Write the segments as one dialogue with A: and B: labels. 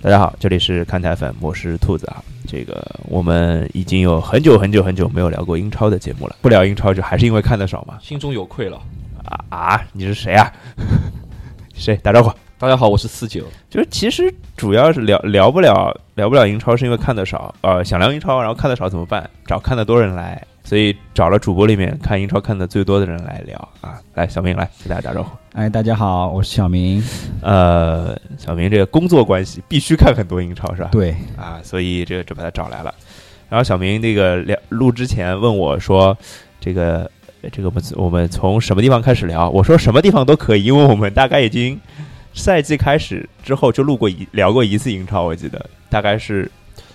A: 大家好，这里是看台粉，我是兔子啊。这个我们已经有很久很久很久没有聊过英超的节目了，不聊英超就还是因为看的少嘛。
B: 心中有愧了。
A: 啊啊，你是谁啊？ 谁打招呼？
B: 大家好，我是四九。
A: 就是其实主要是聊聊不了聊不了英超，是因为看的少。呃，想聊英超，然后看的少怎么办？找看的多人来，所以找了主播里面看英超看的最多的人来聊啊。来，小明来给大家打招呼。
C: 哎，大家好，我是小明。
A: 呃，小明这个工作关系必须看很多英超是吧？
C: 对，
A: 啊，所以这个就把他找来了。然后小明那个聊录之前问我说：“这个这个我们我们从什么地方开始聊？”我说：“什么地方都可以，因为我们大概已经赛季开始之后就录过一聊过一次英超，我记得大概是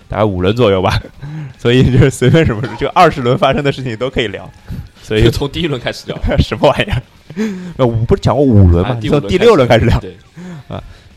A: 大概五轮左右吧， 所以就是随便什么事，就二十轮发生的事情都可以聊。所以
B: 就从第一轮开始聊，
A: 什么玩意儿？那五不是讲过五轮
B: 啊
A: 吗？
B: 第
A: 你
B: 五
A: 从
B: 轮
A: 第六轮开始聊
B: 对，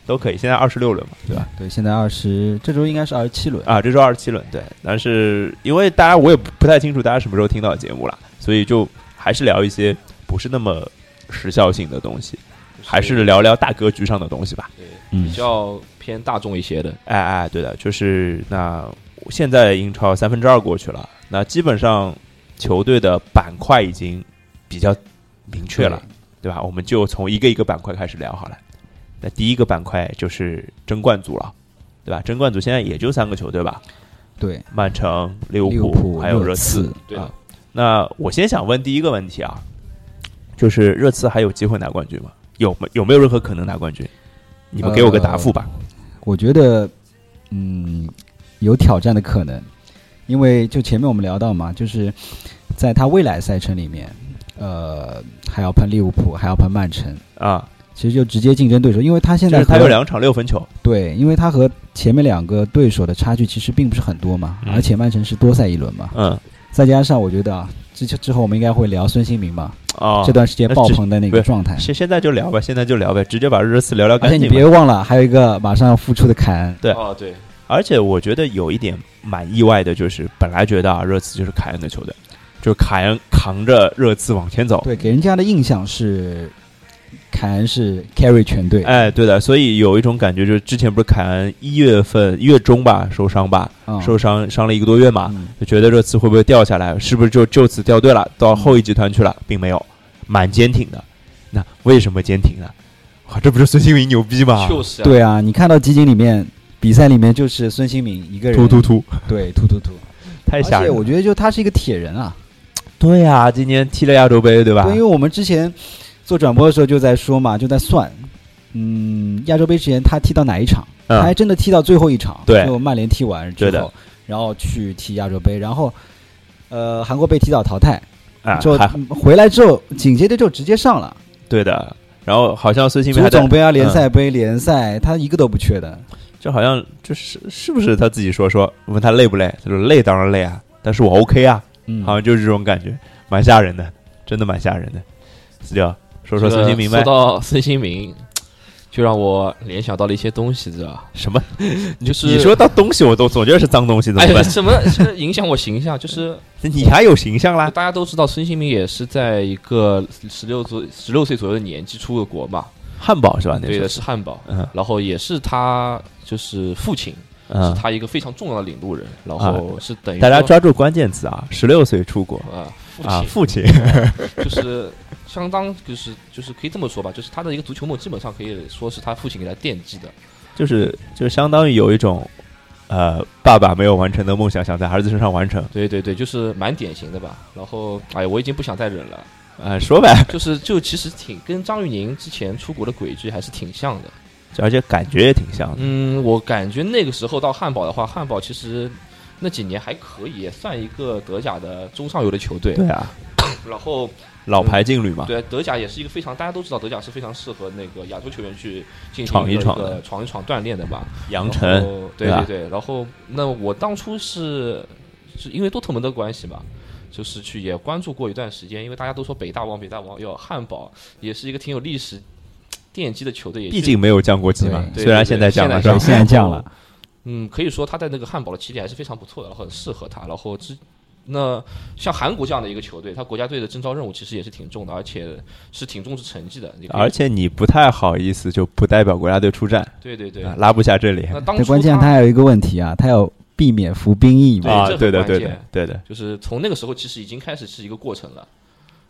A: 都可以。现在二十六轮嘛，对吧？
C: 对，现在二十，这周应该是二十七轮。
A: 啊，这周二十七轮，对。但是因为大家我也不不太清楚大家什么时候听到节目了，所以就还是聊一些不是那么时效性的东西，还是聊聊大格局上的东西吧。
B: 对
C: 嗯
B: 比，较偏大众一些的。
A: 哎哎，对的，就是那现在英超三分之二过去了，那基本上球队的板块已经比较明确了，对吧？我们就从一个一个板块开始聊好了。那第一个板块就是争冠组了，对吧？争冠组现在也就三个球队吧，
C: 对，
A: 曼城、利物
C: 利物
A: 浦
C: 浦
A: 还有热
C: 热刺
A: 刺。
B: 对
A: 啊，那我先想问第一个问题啊，就是热刺还有机会拿冠军吗？有没有没有任何可能拿冠军？你们给我个答复吧。
C: 我觉得，嗯，有挑战的可能，因为就前面我们聊到嘛，就是在他未来赛程里面，呃，还要碰利物浦，还要碰曼城，
A: 啊，
C: 其实就直接竞争对手，因为他呃现
A: 就
C: 在
A: 是他
C: 和
A: 有两场六分球，
C: 对，因为他和前面两个对手的差距其实并不是很多嘛，
A: 嗯
C: 而且曼城是多赛一轮嘛，
A: 嗯，
C: 再加上我觉得啊，之前之后我们应该会聊孙兴民嘛，
A: 哦
C: 这，段时间
A: 那
C: 爆
A: 只
C: 棚的那
A: 不
C: 个
A: 是
C: 状态。
A: 现现在就聊吧，现在就聊呗，直接把热刺聊聊
C: 而且
A: 干
C: 你
A: 净吧。
C: 别忘了，还有一个马上要复出的凯恩。
A: 对
B: 啊，对，
A: 而且我觉得有一点蛮意外的，就是本来觉得啊，热刺就是凯恩的球队，就是凯恩扛着热刺往前走，
C: 对，给人家的印象是凯恩是 carry 全队。
A: 哎，对的，所以有一种感觉，就是之前不是凯恩一月份一月中吧受伤吧，
C: 嗯
A: 受伤伤了一个多月嘛，
C: 嗯
A: 就觉得热刺会不会掉下来，是不是就就此掉队了，到后一集团去了，并没有，蛮坚挺的。那为什么坚挺呢？哇，这不是孙兴民牛逼吗？
B: 就是啊，
C: 对啊，你看到集锦里面比赛里面就是孙兴民一个人，
A: 突突突，
C: 对，突突突。
A: 太
C: 而
A: 吓
C: 且
A: 人
C: 我
A: 了！
C: 觉得就他是一个铁人啊，
A: 对啊，今年踢了亚洲杯，对吧
C: 对，因？为我们之前做转播的时候就在说嘛，就在算，嗯，亚洲杯之前他踢到哪一场？他还
A: 嗯，
C: 真的踢到最后一场，
A: 对
C: 就曼联踢完之
A: 对的
C: 后，然后去踢亚洲杯，然后呃韩国被提早淘汰，
A: 啊，
C: 就
A: 还
C: 嗯回来之后紧接着就直接上了，
A: 对的。然后好像孙兴民
C: 足
A: 还在嗯
C: 总，杯啊、联赛杯、联赛，他一个都不缺的。
A: 就好像就是是不是他自己说说？问他累不累？他说累，当然累啊，但是我 OK 啊，
C: 嗯
A: 好像就是这种感觉，蛮吓人的，真的蛮吓人的。四九，说说
B: 这
A: 孙
B: 个
A: 兴民呗
B: 说。到孙兴民，就让我联想到了一些东西，知道吧？
A: 什么？
B: 就是
A: 你说到东西，我都总觉得是脏东西，怎
B: 哎
A: 么
B: 呀，
A: 办？
B: 什么这个影响我形象？就是
A: 你还有形象啦？
B: 大家都知道，孙兴民也是在一个十六左十六岁左右的年纪出的国嘛，
A: 汉堡是吧？那
B: 对
A: 时候
B: 的，是汉堡。
A: 嗯
B: 然后也是他，就是父亲是
A: 嗯，啊
B: 他一个非常重要的领路人，然后是等于
A: 大家
B: 说
A: 抓住关键词啊，十六岁出国
B: 啊，父
A: 啊，
B: 亲
A: 父亲
B: 就是相当就是就是可以这么说吧，就是他的一个足球梦基本上可以说是他父亲给他奠基的。
A: 就是就相当于有一种呃，爸爸没有完成的梦想，想在儿子身上完成。
B: 对对对，就是蛮典型的吧。然后哎，我已经不想再忍了，嗯
A: 呃，说呗，
B: 就是就其实挺跟张玉宁之前出国的轨迹还是挺像的。
A: 而且感觉也挺像的。
B: 嗯，我感觉那个时候到汉堡的话，汉堡其实那几年还可以，也算一个德甲的中上游的球队。
A: 对啊，
B: 然后
A: 老牌劲旅嘛，
B: 对德甲也是一个非常大家都知道，德甲是非常适合那个亚洲球员去进行
A: 闯一
B: 个
A: 闯
B: 个
A: 的
B: 闯一闯锻炼的吧。
A: 杨
B: 然
A: 晨，
B: 后
A: 对
B: 对
A: 吧
B: 对对，然后那我当初是是因为多特蒙德关系嘛，就是去也关注过一段时间，因为大家都说北大王北大王，有汉堡也是一个挺有历史奠基的球队，也是
A: 毕竟没有降过级嘛，
B: 对
A: 虽然
B: 对
A: 现
B: 对
A: 在降了
B: 现
A: 是
B: 在
A: 吧？
C: 现在降了，
B: 嗯，可以说他在那个汉堡的起点还是非常不错的，然后很适合他，然后之那像韩国这样的一个球队，他国家队的征召任务其实也是挺重的，而且是挺重视成绩的。你 可以
A: 而且你不太好意思就不代表国家队出战，
B: 对对对
A: 啊，拉不下这里
B: 那当初
C: 对，关键他还有一个问题啊，他要避免服兵役嘛。
A: 啊，
B: 这很
A: 对的，
B: 关
A: 对
B: 键
A: 的，对的，
B: 就是从那个时候其实已经开始是一个过程了。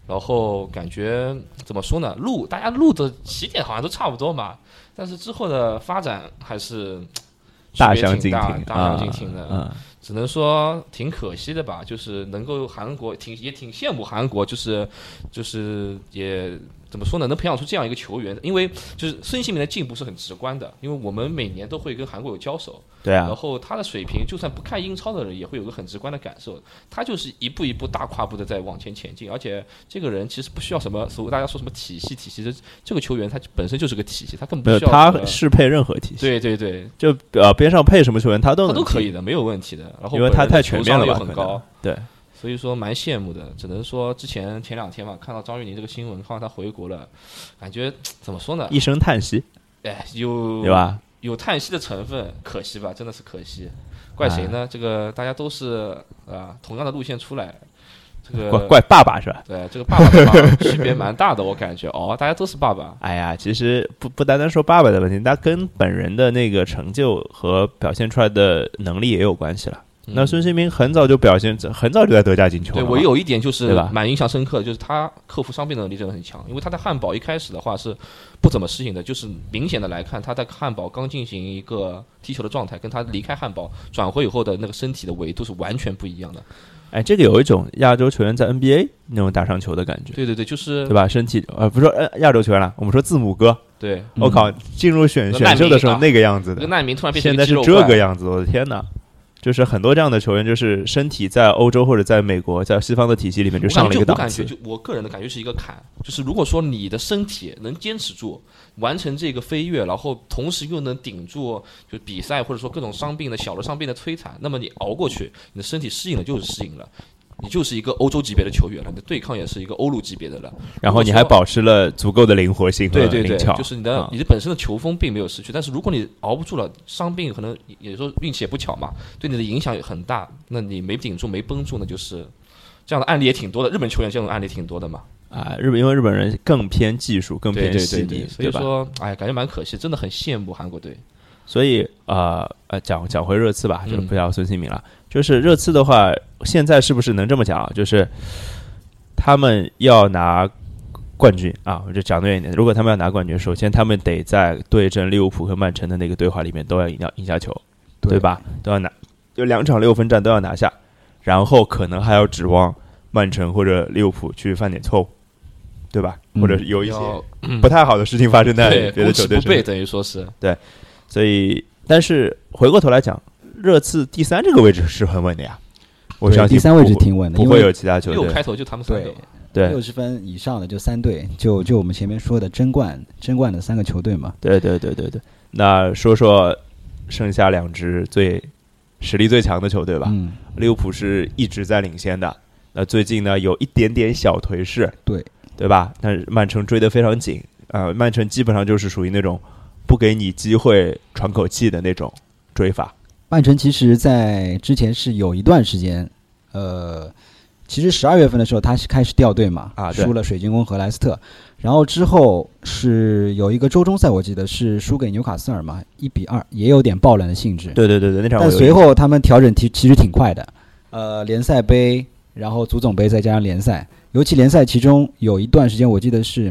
B: 然后感觉怎么说呢？路大家路的起点好像都差不多嘛，但是之后的发展还是
A: 大
B: 区别
A: 相
B: 挺
A: 径
B: 大
A: 庭
B: 大
A: 啊
B: 相径庭的。
A: 嗯，
B: 只能说挺可惜的吧，就是能够韩国挺也挺羡慕韩国，就是就是也怎么说呢，能培养出这样一个球员，因为就是孙兴民的进步是很直观的，因为我们每年都会跟韩国有交手，
A: 对啊
B: 然，后他的水平就算不看英超的人也会有个很直观的感受，他就是一步一步大跨步的在往前前进，而且这个人其实不需要什么所谓大家说什么体系体系，这这个球员他本身就是个体系，他根
A: 没
B: 本
A: 有
B: 不需要
A: 他
B: 什么
A: 适配任何体系，
B: 对对对，
A: 就呃边上配什么球员他都
B: 他
A: 能
B: 都可
A: 踢
B: 以，的，没有问题的。然后
A: 因为
B: 本
A: 他
B: 人的
A: 太
B: 球
A: 全面
B: 商
A: 了
B: 又
A: 吧，
B: 很
A: 可
B: 高
A: 能，对，
B: 所以说蛮羡慕的，只能说之前前两天嘛，看到张玉宁这个新闻，看到他回国了，感觉怎么说呢？
A: 一声叹息，
B: 哎，有
A: 对吧？
B: 有叹息的成分，可惜吧，真的是可惜。
A: 哎
B: 怪谁呢？这个大家都是啊、同样的路线出来，这个
A: 怪怪爸爸是吧？
B: 对这个爸爸的 话区别蛮大的，我感觉哦，大家都是爸爸，
A: 哎呀，其实不不单单说爸爸的问题，他跟本人的那个成就和表现出来的能力也有关系了。
B: 嗯
A: 那孙兴民很早就表现，很早就在德甲进球了
B: 对
A: 嘛。
B: 我有一点就是
A: 对吧
B: 蛮印象深刻的，就是他克服伤病的能力真的很强。因为他在汉堡一开始的话是不怎么适应的，就是明显的来看，他在汉堡刚进行一个踢球的状态，跟他离开汉堡转会以后的那个身体的维度是完全不一样的。
A: 哎，这个有一种亚洲球员在 NBA 那种打上球的感觉，
B: 对对对，就是
A: 对吧？身体呃，不说呃亚洲球员了，我们说字母哥，
B: 对。
C: 嗯
A: 我靠，进入选
B: 那
A: 选秀的时候
B: 难民啊
A: 那个样子
B: 那个
A: 的，
B: 难民突然变成
A: 现
B: 一
A: 在
B: 肌
A: 是
B: 肉
A: 这
B: 怪
A: 个样子，我的天哪！就是很多这样的球员，就是身体在欧洲或者在美国，在西方的体系里面就
B: 我
A: 上了一个
B: 感觉
A: 档
B: 我
A: 次
B: 感觉。就我个人的感觉是一个坎，就是如果说你的身体能坚持住，完成这个飞跃，然后同时又能顶住就比赛或者说各种伤病的小的伤病的摧残，那么你熬过去，你的身体适应了就是适应了。你就是一个欧洲级别的球员了，你的对抗也是一个欧陆级别的了。
A: 然后你还保持了足够的灵活性和
B: 对对对，
A: 灵巧，
B: 就是你的、
A: 啊
B: 你的本身的球风并没有失去，但是如果你熬不住了，伤病可能也说运气也不巧嘛，对你的影响也很大。那你没顶住没绷住，那就是这样的案例也挺多的。日本球员这种案例挺多的嘛。
A: 啊，日本因为日本人更偏技术，更
B: 对
A: 偏
B: 对
A: 细
B: 对
A: 腻，
B: 对，所以
A: 吧？
B: 说，哎，感觉蛮可惜，真的很羡慕韩国队。
A: 所以啊呃，讲讲回热刺吧，就
B: 嗯
A: 不聊孙兴民了。就是热刺的话，现在是不是能这么讲啊？就是他们要拿冠军啊，我就讲得远一点。如果他们要拿冠军，首先他们得在对阵利物浦和曼城的那个对话里面都要赢掉赢下球，对
C: 对？
A: 吧？都要拿，就两场六分战都要拿下，然后可能还要指望曼城或者利物浦去犯点错误，对吧？
C: 嗯
A: 或者有一些
B: 要
A: 不太好的事情发生在
B: 对
A: 别的
B: 攻
A: 球
B: 其
A: 队身
B: 不
A: 上
B: 备，。等于说是
A: 所以，但是回过头来讲，热刺第三这个位置是很稳的呀。我
C: 对
A: 相信
C: 第三位置
A: 不会
C: 挺稳的，
A: 不
C: 因
A: 会
C: 为
A: 有其他球
B: 六
A: 队
B: 开头就他们三个
C: 对
B: 嘛。
A: 对
C: 六十分以上的就三队，就就我们前面说的争冠争冠的三个球队嘛。
A: 对对对对对。那说说剩下两支最实力最强的球队吧。
C: 嗯，
A: 利物浦是一直在领先的，那最近呢有一点点小颓势，
C: 对
A: 对吧？但是曼城追得非常紧，呃，曼城基本上就是属于那种不给你机会喘口气的那种追法。
C: 曼城其实，在之前是有一段时间，呃，其实十二月份的时候，他是开始掉队嘛，
A: 啊对
C: 输了水晶宫和莱斯特，然后之后是有一个周中赛，我记得是输给纽卡斯尔嘛，一比二，也有点爆冷的性质。
A: 对对对对，那场我
C: 但
A: 有
C: 随
A: 印象
C: 后他们调整其其实挺快的，呃，联赛杯，然后足总杯，再加上联赛，尤其联赛其中有一段时间，我记得是，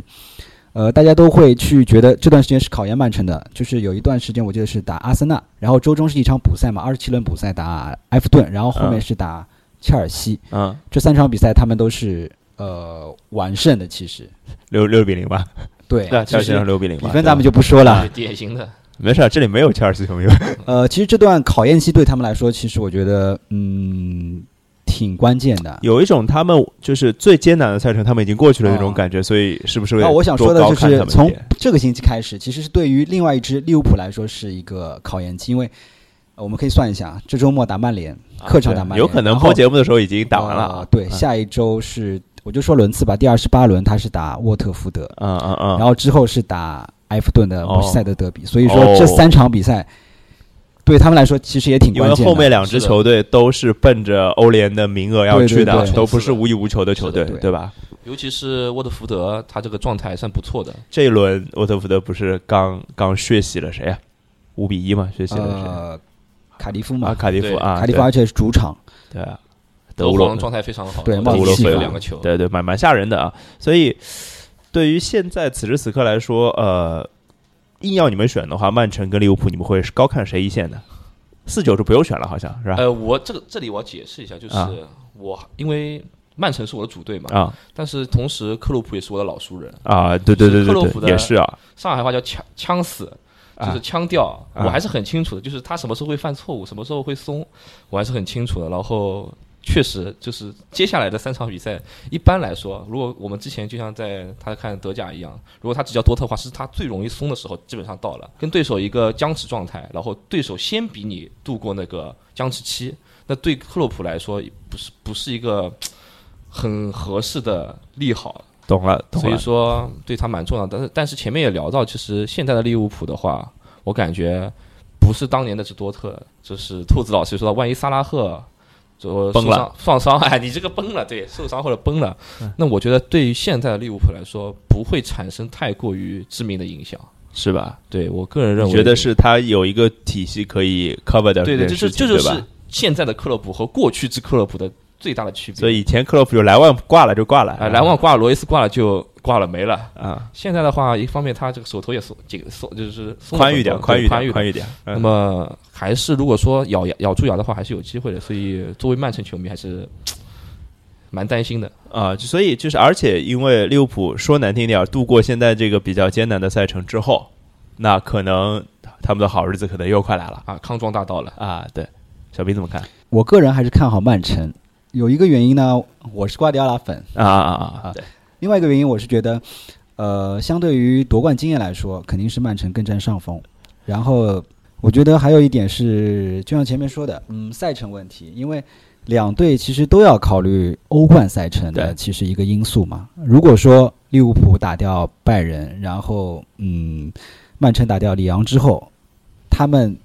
C: 呃，大家都会去觉得这段时间是考验曼城的，就是有一段时间我记得是打阿森纳，然后周中是一场补赛嘛，二十七轮补赛打埃弗顿，然后后面
A: 嗯
C: 是打切尔西，
A: 嗯
C: 这三场比赛他们都是呃完胜的，其实
A: 六六比零吧，
C: 对
B: 哎
A: 对啊，切
C: 就
A: 尔西
C: 是
A: 上六比零
C: 比
A: 嘛，
C: 分
A: 对吧
C: 咱们就不说了
B: 对，典型的，
A: 没事儿，这里没有切尔西球 迷。
C: 呃，其实这段考验期对他们来说，其实我觉得嗯挺关键的。
A: 有一种他们就是最艰难的赛程，他们已经过去了那种
C: 啊
A: 感觉，所以是不是会
C: 那我想说的
A: 多
C: 就
A: 高看
C: 是
A: 他，们一
C: 从
A: 点
C: 这个星期开始，其实是对于另外一支利物浦来说是一个考验期，因为、呃我们可以算一下，这周末打曼联，客场打曼
A: 啊
C: 联，
A: 有可能
C: 然后
A: 播节目的时候已经打完了
C: 呃
A: 啊。
C: 对，
A: 嗯
C: 下一周是我就说轮次吧，第二十八轮他是打沃特福德，
A: 嗯嗯嗯，
C: 然后之后是打埃弗顿的
A: 哦
C: 摩西塞德德比，所以
A: 哦
C: 说这三场比赛。对他们来说其实也挺
A: 因
C: 关
A: 为
C: 键的。
A: 后面两支球队都是奔着欧联的名额要
C: 对
A: 去
C: 对对
A: 都不是无欲无求的球队，
C: 是的对
A: 对吧？
B: 尤其是沃特福德，他这个状态还算不错的。
A: 这一轮沃特福德不是刚刚血洗了谁呀、五比一嘛，血洗了谁？
C: 呃，卡迪夫嘛，
A: 啊，卡迪夫
B: 对
A: 啊，
C: 呃卡迪夫，而且是主场，
A: 对对啊，
B: 德
A: 乌
B: 皇
A: 龙，
B: 状态非常好，
C: 对
B: 德
C: 帽
A: 子
B: 乌龙
A: 戏
B: 有
A: 法
B: 两个球，
A: 对对，蛮蛮吓人的啊。所以对于现在此时此刻来说，呃，硬要你们选的话，曼城跟利物浦，你们会高看谁一线呢？四九是不用选了，好像是吧？
B: 呃，我这个这里我要解释一下，就是
A: 啊
B: 我因为曼城是我的主队嘛，
A: 啊
B: 但是同时克洛普也是我的老熟人，
A: 啊，对对对
B: 克洛
A: 对
B: 普的
A: 对，也是啊，
B: 上海话叫腔腔死，就
A: 啊
B: 是腔调，
A: 啊
B: 我还是很清楚的，就是他什么时候会犯错误，什么时候会松，我还是很清楚的。然后确实就是接下来的三场比赛，一般来说，如果我们之前就像在他看德甲一样，如果他只教多特的话，是他最容易松的时候，基本上到了跟对手一个僵持状态，然后对手先比你度过那个僵持期，那对克洛普来说不是不是一个很合适的利好，
A: 懂了懂
B: 所以
A: 了。
B: 说对他蛮重要的。但是但是前面也聊到，其实现在的利物浦的话，我感觉不是当年那只多特，就是兔子老师说到，万一萨拉赫就
A: 崩了嗯
B: 放伤，哎，你这个崩了，对，受伤或者崩了，那我觉得对于现在的利物浦来说，不会产生太过于致命的影响。
A: 是吧？
B: 对我个人认
A: 你
B: 为，
A: 觉得是他有一个体系可以 cover 的
B: 对
A: 这件
B: 对，
A: 事
B: 这是
A: 情，
B: 这就
A: 对
B: 是
A: 吧？
B: 现在的克洛普和过去之克洛普的最大的区别。
A: 所以以前克洛普就莱万挂了就挂了，
B: 啊，莱万挂了，罗伊斯挂了就挂了，没了。
A: 啊，
B: 现在的话，一方面他这个手头也松紧松，就是松了
A: 宽裕
B: 很多
A: 点，
B: 对
A: 宽裕
B: 宽
A: 点，
B: 裕
A: 宽
B: 点。
A: 裕点。
B: 那
A: 嗯，
B: 么还是如果说咬牙咬住牙的话，还是有机会的。所以作为曼城球迷，还是蛮担心的。
A: 啊、就所以就是，而且因为利物浦说难听点儿，度过现在这个比较艰难的赛程之后，那可能他们的好日子可能又快来了
B: 啊，康庄大道了。
A: 啊。对，小兵怎么看？
C: 我个人还是看好曼城。有一个原因呢，我是瓜迪奥拉粉；
A: 啊啊啊啊！对，
C: 另外一个原因，我是觉得，呃，相对于夺冠经验来说，肯定是曼城更占上风。然后，我觉得还有一点是，就像前面说的，嗯，赛程问题，因为两队其实都要考虑欧冠赛程的
A: 对
C: 其实一个因素嘛。如果说利物浦打掉拜仁，然后嗯，曼城打掉里昂之后，他们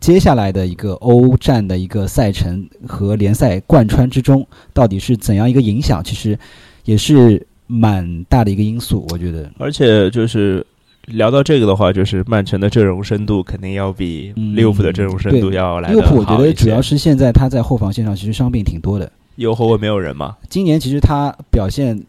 C: 接下来的一个欧战的一个赛程和联赛贯穿之中，到底是怎样一个影响，其实也是蛮大的一个因素，我觉得。
A: 而且就是聊到这个的话，就是曼城的阵容深度肯定要比
C: 嗯
A: 利物浦的阵容深度要来
C: 利
A: 的
C: 物浦
A: 好
C: 我
A: 一些。
C: 觉得主要是现在他在后防线上其实伤病挺多的。
A: 右后卫没有人嘛，
C: 今年其实他表现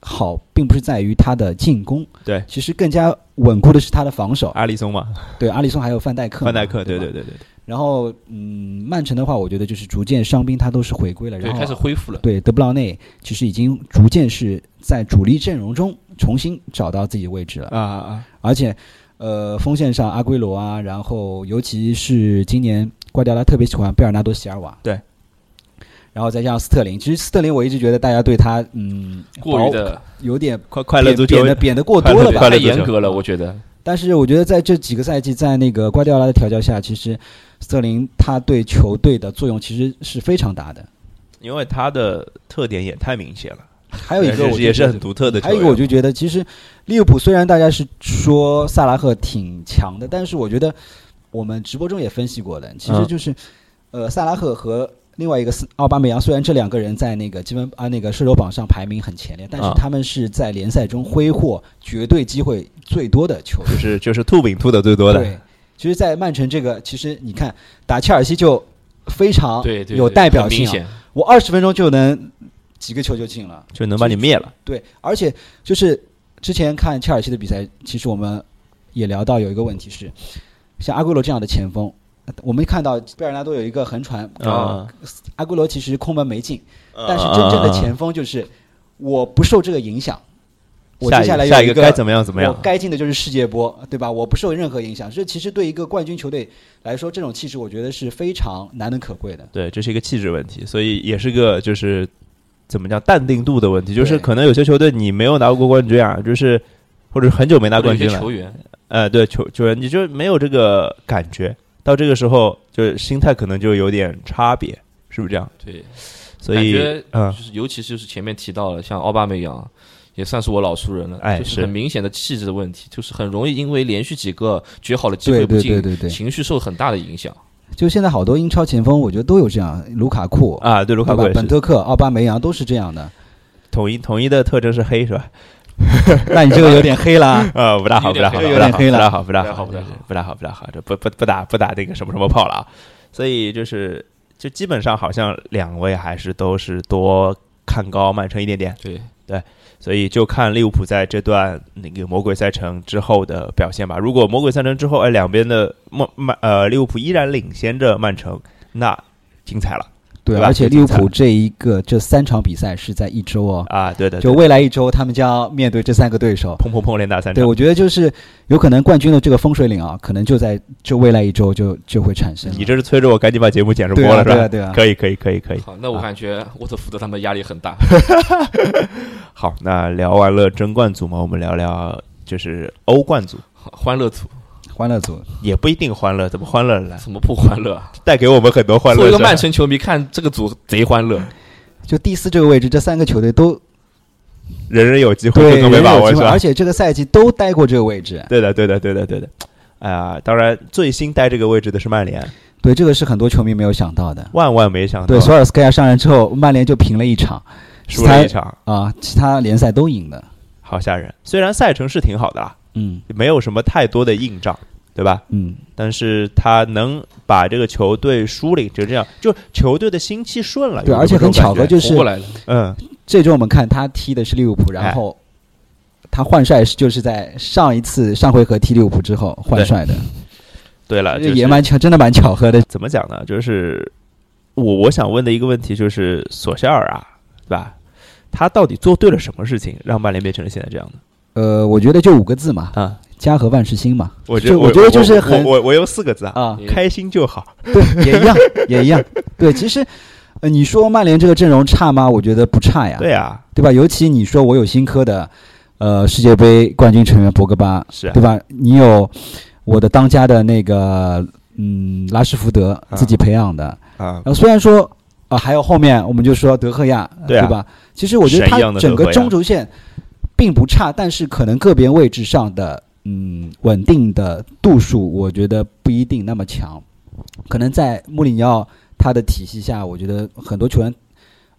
C: 好，并不是在于他的进攻，
A: 对，
C: 其实更加稳固的是他的防守。
A: 阿里松嘛，
C: 对，阿里松还有范戴克嘛，
A: 范戴克，对
C: 对吧
A: 对。对对，
C: 然后，嗯，曼城的话，我觉得就是逐渐伤兵他都是回归了，
B: 对，
C: 然后
B: 开始恢复了。
C: 对德布劳内其实已经逐渐是在主力阵容中重新找到自己的位置了。
A: 啊啊
C: 而且，呃，锋线上阿圭罗啊，然后尤其是今年瓜迪奥拉特别喜欢贝尔纳多·席尔瓦，
A: 对，
C: 然后再加上斯特林，其实斯特林我一直觉得大家对他嗯
B: 过于的
C: 有点
A: 快快乐足球
C: 贬的贬的过
A: 快
C: 多
A: 乐
C: 了
A: 足
C: 吧
A: 快？
B: 太
A: 乐足球
B: 严格了，我觉得。
C: 但是我觉得在这几个赛季，在那个瓜迪奥拉的调教下，其实斯特林他对球队的作用其实是非常大的。
A: 因为他的特点也太明显了，
C: 还有一个
A: 也
C: 我
A: 是
C: 觉
A: 也
C: 得
A: 是很独特的球
C: 还
A: 员。
C: 有一个，我就觉得，其实利物浦虽然大家是说萨拉赫挺强的，但是我觉得我们直播中也分析过的，
B: 嗯
C: 其实就是、呃，萨拉赫和另外一个斯奥巴梅扬，虽然这两个人在那个积分啊那个射手榜上排名很前列，但是
B: 嗯
A: 啊
C: 他们是在联赛中挥霍绝对机会最多的球
A: 就
C: 员。
A: 是就是吐饼吐的最多的，
C: 对，其实，在曼城这个，其实你看打切尔西就非常
B: 对对，
C: 啊有代表
B: 很
C: 性
B: 明
C: 啊，
B: 显。
C: 我二十分钟就能几个球就进了。
A: 就能把你灭了。
C: 对，而且就是之前看切尔西的比赛，其实我们也聊到有一个问题是，像阿圭罗这样的前锋，呃我们看到贝尔纳多有一个横传，
A: 啊，
C: 阿圭罗其实空门没进，
B: 嗯
C: 但是
A: 啊
C: 真正的，
A: 啊
C: 前锋就是我不受这个影响，我
A: 下
C: 接下来
A: 一
C: 有
A: 啊下一个
C: 个
A: 该怎么样怎么样
C: 我？该进的就是世界波，对吧？我不受任何影响，这其实对一个冠军球队来说，这种气势我觉得是非常难能可贵的。
A: 对，这是一个气质问题，所以也是个就是怎么讲淡定度的问题，就是
C: 对
A: 可能有些球队你没有拿过冠军啊，就是或者很久没拿冠军
B: 有些
A: 了
B: 球，员
A: 呃，对球球员你就没有这个感觉，到这个时候就是心态可能就有点差别，是不是这样？
B: 对，
A: 所
B: 感
A: 以
B: 觉
C: 啊
A: 嗯
B: 就是尤其是就是前面提到了，像奥巴梅扬也算是我老熟人了，
A: 哎
B: 就是
A: 是
B: 很明显的气质的问题，就是很容易因为连续几个绝好的机
C: 对
B: 会不
C: 对
B: 进
C: 对，对对，
B: 情绪受很大的影响。
C: 就现在好多英超前锋，我觉得都有这样，卢卡库、
A: 啊，对，卢卡
C: 对
A: 库
C: 吧
A: 也
C: 本
A: 是
C: 特克、奥巴梅扬都是这样的。
A: 统一统一的特征是黑是吧？
C: 那你这个有点黑啦。
A: 呃，不大好，
B: 有
A: 不大
B: 点
A: 好，
B: 黑
A: 不
C: 有
A: 大
C: 点
A: 好，
C: 黑
A: 不大
C: 了
A: 好，不大好，
B: 有点好有点
A: 不大好，不大好，这不不不打不打那个什么什么炮了啊！所以就是，就基本上好像两位还是都是多看高曼城一点点，
B: 对，
A: 所以就看利物浦在这段那个魔鬼赛程之后的表现吧。如果魔鬼赛程之后，哎，两边的曼曼呃利物浦依然领先着曼城，那精彩了
C: 对，
A: 吧
C: 而
A: 这
C: 且利
A: 精
C: 物
A: 彩
C: 浦这一个这三场比赛是在一周哦，
A: 啊！对的，
C: 就
A: 对
C: 未来一周他们将要面对这三个对手。
A: 砰砰砰连打三
C: 对，
A: 场，
C: 我觉得就是有可能冠军的这个风水岭啊，可能就在这未来一周就就会产生了。
A: 你这是催着我赶紧把节目剪成
C: 对
A: 播
C: 啊
A: 了是
C: 对
A: 吧
C: 啊？对啊，
A: 可以，可以，可以，可以。
B: 好，那我感觉沃特福德他们压力很大，
A: 好，那聊完了争冠组嘛，我们聊聊就是欧冠组，
B: 欢乐组
C: 欢乐组
A: 也不一定欢乐，怎么欢乐了？
B: 怎么不欢乐 啊？
A: 带给我们很多欢乐。
B: 作为一个
A: 是吧
B: 曼城球迷，看这个组贼欢乐，
C: 就第四这个位置，这三个球队都
A: 人人有机会，
C: 对
A: 个个没
C: 人
A: 把
C: 有
A: 握是
C: 机会，
A: 吧
C: 而？且这个赛季都待过这个位置。
A: 对的，对的，对的，对的。哎呀，当然，最新待这个位置的是曼联，
C: 对，这个是很多球迷没有想到的。
A: 万万没想到，
C: 对，索尔斯克亚上任之后，曼联就平了一场
A: 输了一场，
C: 啊，其他联赛都赢的。
A: 好吓人。虽然赛程是挺好的啦，
C: 嗯
A: 没有什么太多的硬仗，对吧？
C: 嗯，
A: 但是他能把这个球队梳理，就这样，就球队的心气顺了。
C: 对，
A: 有
C: 而且
A: 这种
C: 很巧
A: 感觉
C: 合，
B: 活
C: 就是
B: 过来了。
A: 嗯，
C: 这周我们看他踢的是利物浦，
A: 哎
C: 然后他换帅是就是在上一次上回合踢利物浦之后换帅的，
A: 对了，
C: 这
A: 啊就
C: 也
A: 是
C: 蛮巧，真的蛮巧合的。
A: 怎么讲呢？就是我我想问的一个问题就是，索夏尔啊，对吧？他到底做对了什么事情，让曼联变成了现在这样的
C: 呃，我觉得就五个字嘛，
A: 啊？
C: 家和万事兴嘛。
A: 我觉
C: 就
A: 我
C: 我觉得就是
A: 我
C: 很
A: 我我我用四个字啊，
C: 啊，
B: 也
A: 开心就好。
C: 对，也一样， 也一样。对，其实，呃，你说曼联这个阵容差吗？我觉得不差呀，
A: 对啊，
C: 对吧？尤其你说我有新科的，呃，世界杯冠军成员博格巴，
A: 是啊
C: 对，吧？你有我的当家的那个，嗯，拉什福德
A: 啊
C: 自己培养的，
A: 啊
C: 然，呃后虽然说啊、还有后面我们就说德赫亚，
A: 对啊
C: 吧？其实我觉得
A: 神一样
C: 他
A: 的
C: 整
A: 德赫
C: 个
A: 亚
C: 中轴线并不差，但是可能个别位置上的嗯稳定的度数，我觉得不一定那么强。可能在穆里尼奥他的体系下，我觉得很多球员。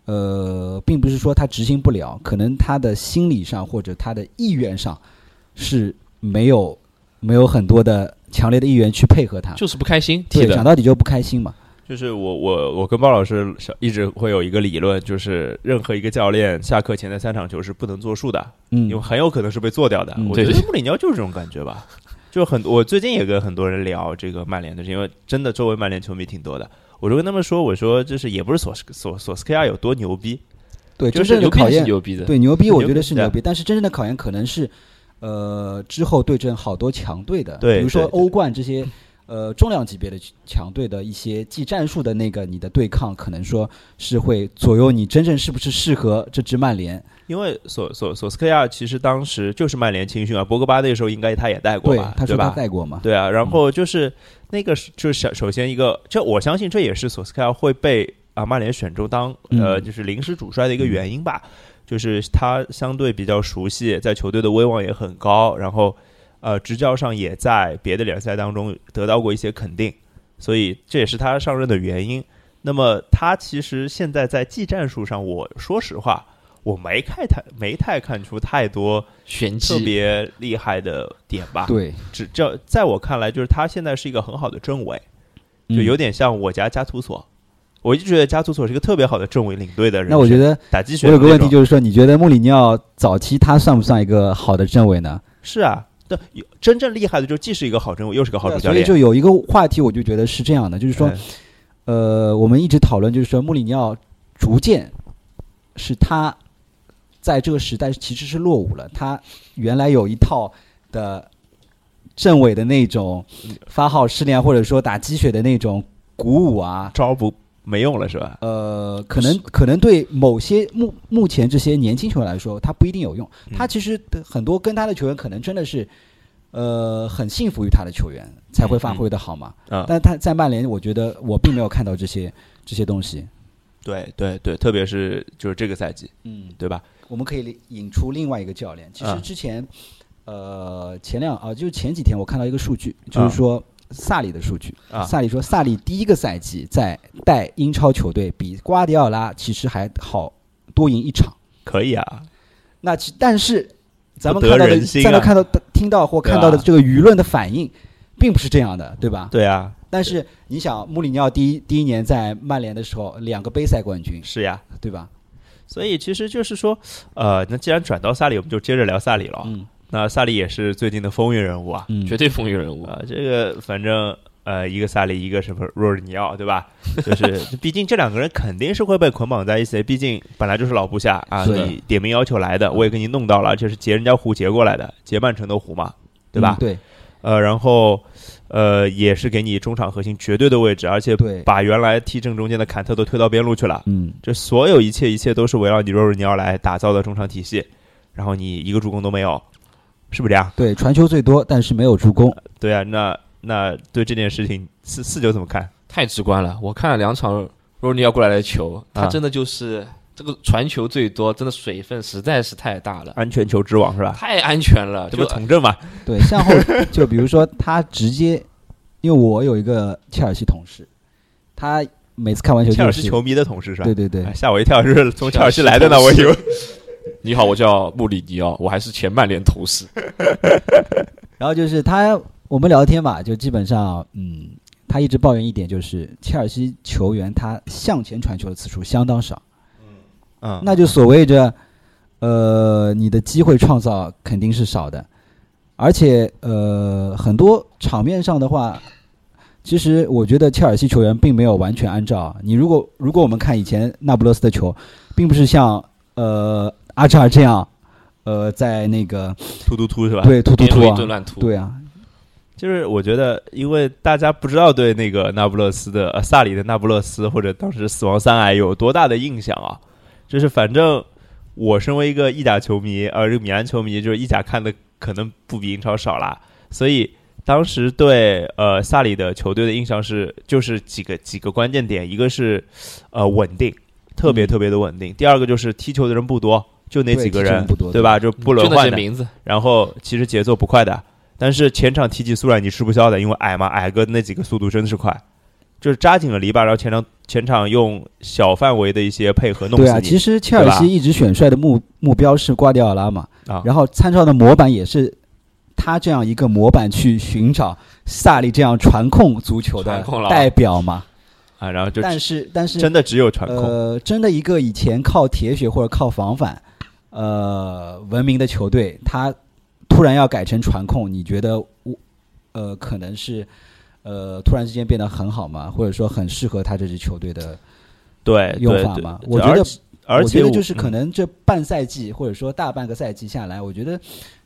C: 呃，并不是说他执行不了，可能他的心理上或者他的意愿上是没有没有很多的强烈的意愿去配合他，
B: 就是不开心踢
C: 对，讲
B: 的，
C: 到底就不开心嘛。
A: 就是我我我跟包老师小一直会有一个理论，就是任何一个教练下课前的三场球是不能作数的，
C: 嗯，
A: 因为很有可能是被做掉的。
C: 嗯
A: 我觉
B: 对
A: 得穆里尼奥就是这种感觉吧。就很，我最近也跟很多人聊这个曼联的事，因为真的周围曼联球迷挺多的。我就跟他们说，我说就是也不是索斯索索斯克亚有多牛逼，
C: 对，
A: 就
C: 真
A: 是
C: 正的
B: 牛逼
C: 考
B: 是
C: 验
B: 牛逼的，
C: 对，牛逼，
A: 牛
C: 我觉得是
A: 对啊
C: 牛逼，但是真正的考验可能是，呃，之后对阵好多强队的，
A: 对
C: 比如说
A: 对对
C: 欧冠这些，呃，重量级别的强队的一些技战术的那个你的对抗，可能说是会左右你真正是不是适合这支曼联。
A: 因为索索索斯克亚其实当时就是曼联青训啊，博格巴那时候应该他也带过
C: 对
A: 吧，，
C: 他说他
A: 吧？
C: 带过嘛，
A: 对啊，然后就是那个是就是首首先一个，这我相信这也是索斯克亚会被啊曼联选中当呃
C: 嗯
A: 就是临时主帅的一个原因吧，就是他相对比较熟悉，在球队的威望也很高，然后呃执教上也在别的联赛当中得到过一些肯定，所以这也是他上任的原因。那么他其实现在在技战术上，我说实话，我没看太没太看出太多
B: 玄
A: 特
B: 机。
A: 别厉害的点吧。
C: 对，
A: 只这在我看来，就是他现在是一个很好的政委，就
C: 嗯
A: 有点像我家加图索。我一直觉得加图索是一个特别好的政委领队的人选。
C: 那我觉得
A: 打击选
C: 我有个
A: 那
C: 问题
A: 种
C: 就是说，你觉得穆里尼奥早期他算不算一个好的政委呢？
A: 是啊，但有真正厉害的就既是一个好政委，又是个好
C: 对
A: 主
C: 啊
A: 教
C: 所以
A: 练。
C: 就有一个话题，我就觉得是这样的，就是说，
A: 嗯
C: 呃，我们一直讨论，就是说穆里尼奥逐渐是他在这个时代其实是落伍了。他原来有一套的政委的那种发号施令啊，或者说打鸡血的那种鼓舞啊，
A: 招不没用了是吧？
C: 呃，可能可能对某些目目前这些年轻球员来说，他不一定有用。
A: 嗯
C: 他其实很多跟他的球员可能真的是。呃，很信服于他的球员才会发挥的好嘛。
A: 嗯，
C: 但他在曼联，我觉得我并没有看到这些这些东西。
A: 对对对，特别是就是这个赛季，
C: 嗯，
A: 对吧？
C: 我们可以引出另外一个教练。其
A: 啊
C: 实之前，呃，前两啊，就是前几天我看到一个数据，就是说萨里的数据。
A: 啊
C: 萨里说，萨里第一个赛季在带英超球队比瓜迪奥拉其实还好多赢一场。
A: 可以啊，
C: 那其但是咱们
A: 不得
C: 看到的、
A: 人心啊
C: 咱们看到的、听到或看到
A: 对
C: 的
A: 吧啊
C: 这个舆论的反应，并不是这样的，对吧？
A: 对啊，
C: 但是你想，穆里尼奥第一第一年在曼联的时候，两个杯赛冠军，
A: 是呀。
C: 对吧？
A: 所以其实就是说，呃，那既然转到萨里，我们就接着聊萨里了。
C: 嗯
A: 那萨里也是最近的风云人物啊，
C: 嗯
B: 绝对风云人物。
A: 啊、这个反正呃，一个萨里，一个什么若尔尼奥，对吧？ 就是毕竟这两个人肯定是会被捆绑在一起，的，毕竟本来就是老部下啊，
C: 是的
A: 你点名要求来的，我也给你弄到了，而且是截人家湖截过来的，截半程的湖嘛，对吧
C: 嗯？对
A: 呃，然后呃，也是给你中场核心绝对的位置，而且
C: 对，
A: 把原来踢正中间的坎特都推到边路去了。
C: 嗯，
A: 这所有一切一切都是围绕你若尔尼奥来打造的中场体系，然后你一个助攻都没有，是不是这样？
C: 对，传球最多，但是没有助攻。
A: 对啊，那那对这件事情四四九怎么看？
B: 太直观了。我看了两场若尼奥过来的球，
A: 啊
B: 他真的就是、这个传球最多，真的水分实在是太大了，
A: 安全球之王是吧？
B: 太安全了。
A: 这
B: 就
A: 不从政嘛？
C: 对，向后 就比如说他直接，因为我有一个切尔西同事，他每次看完球
A: 切
C: 就
A: 尔西
C: 是
A: 球迷的同事是吧？
C: 对对对
A: 哎，吓我一跳，是从切尔西来的呢，
B: 切
A: 我
B: 尔西
A: 以为
B: 你好，我叫穆里尼奥，我还是前曼联同事。
C: 然后就是他，我们聊天嘛，就基本上，嗯，他一直抱怨一点就是切尔西球员他向前传球的次数相当少，
A: 嗯，
C: 那就所谓着，呃，你的机会创造肯定是少的，而且呃，很多场面上的话，其实我觉得切尔西球员并没有完全按照你如果如果我们看以前那不勒斯的球，并不是像呃阿扎尔这样，呃，在那个
A: 突突突是吧？，
C: 对突突
B: 边
C: 突
B: 路一
C: 啊，
B: 顿乱突，
C: 对啊，
A: 就是我觉得，因为大家不知道对那个那不勒斯的、呃、萨里的那不勒斯或者当时死亡三癌有多大的印象啊，就是反正我身为一个意甲球迷，呃，这个米兰球迷，就是意甲看的可能不比英超少啦，所以当时对呃萨里的球队的印象是，就是几个几个关键点，一个是呃稳定，特别
C: 嗯
A: 特别的稳定，第二个就是踢球的人不多，就那
C: 对
A: 几个
C: 踢球
A: 人
C: 人不多
A: 对吧？就不轮
B: 就那
A: 换
B: 些
A: 的，
B: 名字，
A: 然后其实节奏不快的，但是前场踢起速来你吃不消的，因为矮嘛，矮哥那几个速度真是快，就是扎紧了篱笆，然后前场前场用小范围的一些配合弄死
C: 对
A: 你。
C: 啊，其实切尔
A: 对吧
C: 西一直选帅的目目标是瓜迪奥拉嘛，
A: 啊
C: 然后参照的模板也是他这样一个模板去寻找萨利这样传控足球
B: 传
C: 的
B: 控了
C: 代表嘛。
A: 啊，然后 就
C: 但是但是
A: 真的只有传控，
C: 呃，真的一个以前靠铁血或者靠防反呃闻名的球队，他突然要改成传控，你觉得我呃可能是呃突然之间变得很好吗？或者说很适合他这支球队的
A: 对
C: 用
A: 哎对
C: 法
A: 对
C: 吗？，我觉得
A: 而且而且
C: 我觉得就是可
A: 嗯
C: 能这半赛季、或者说大半个赛季下来，我觉得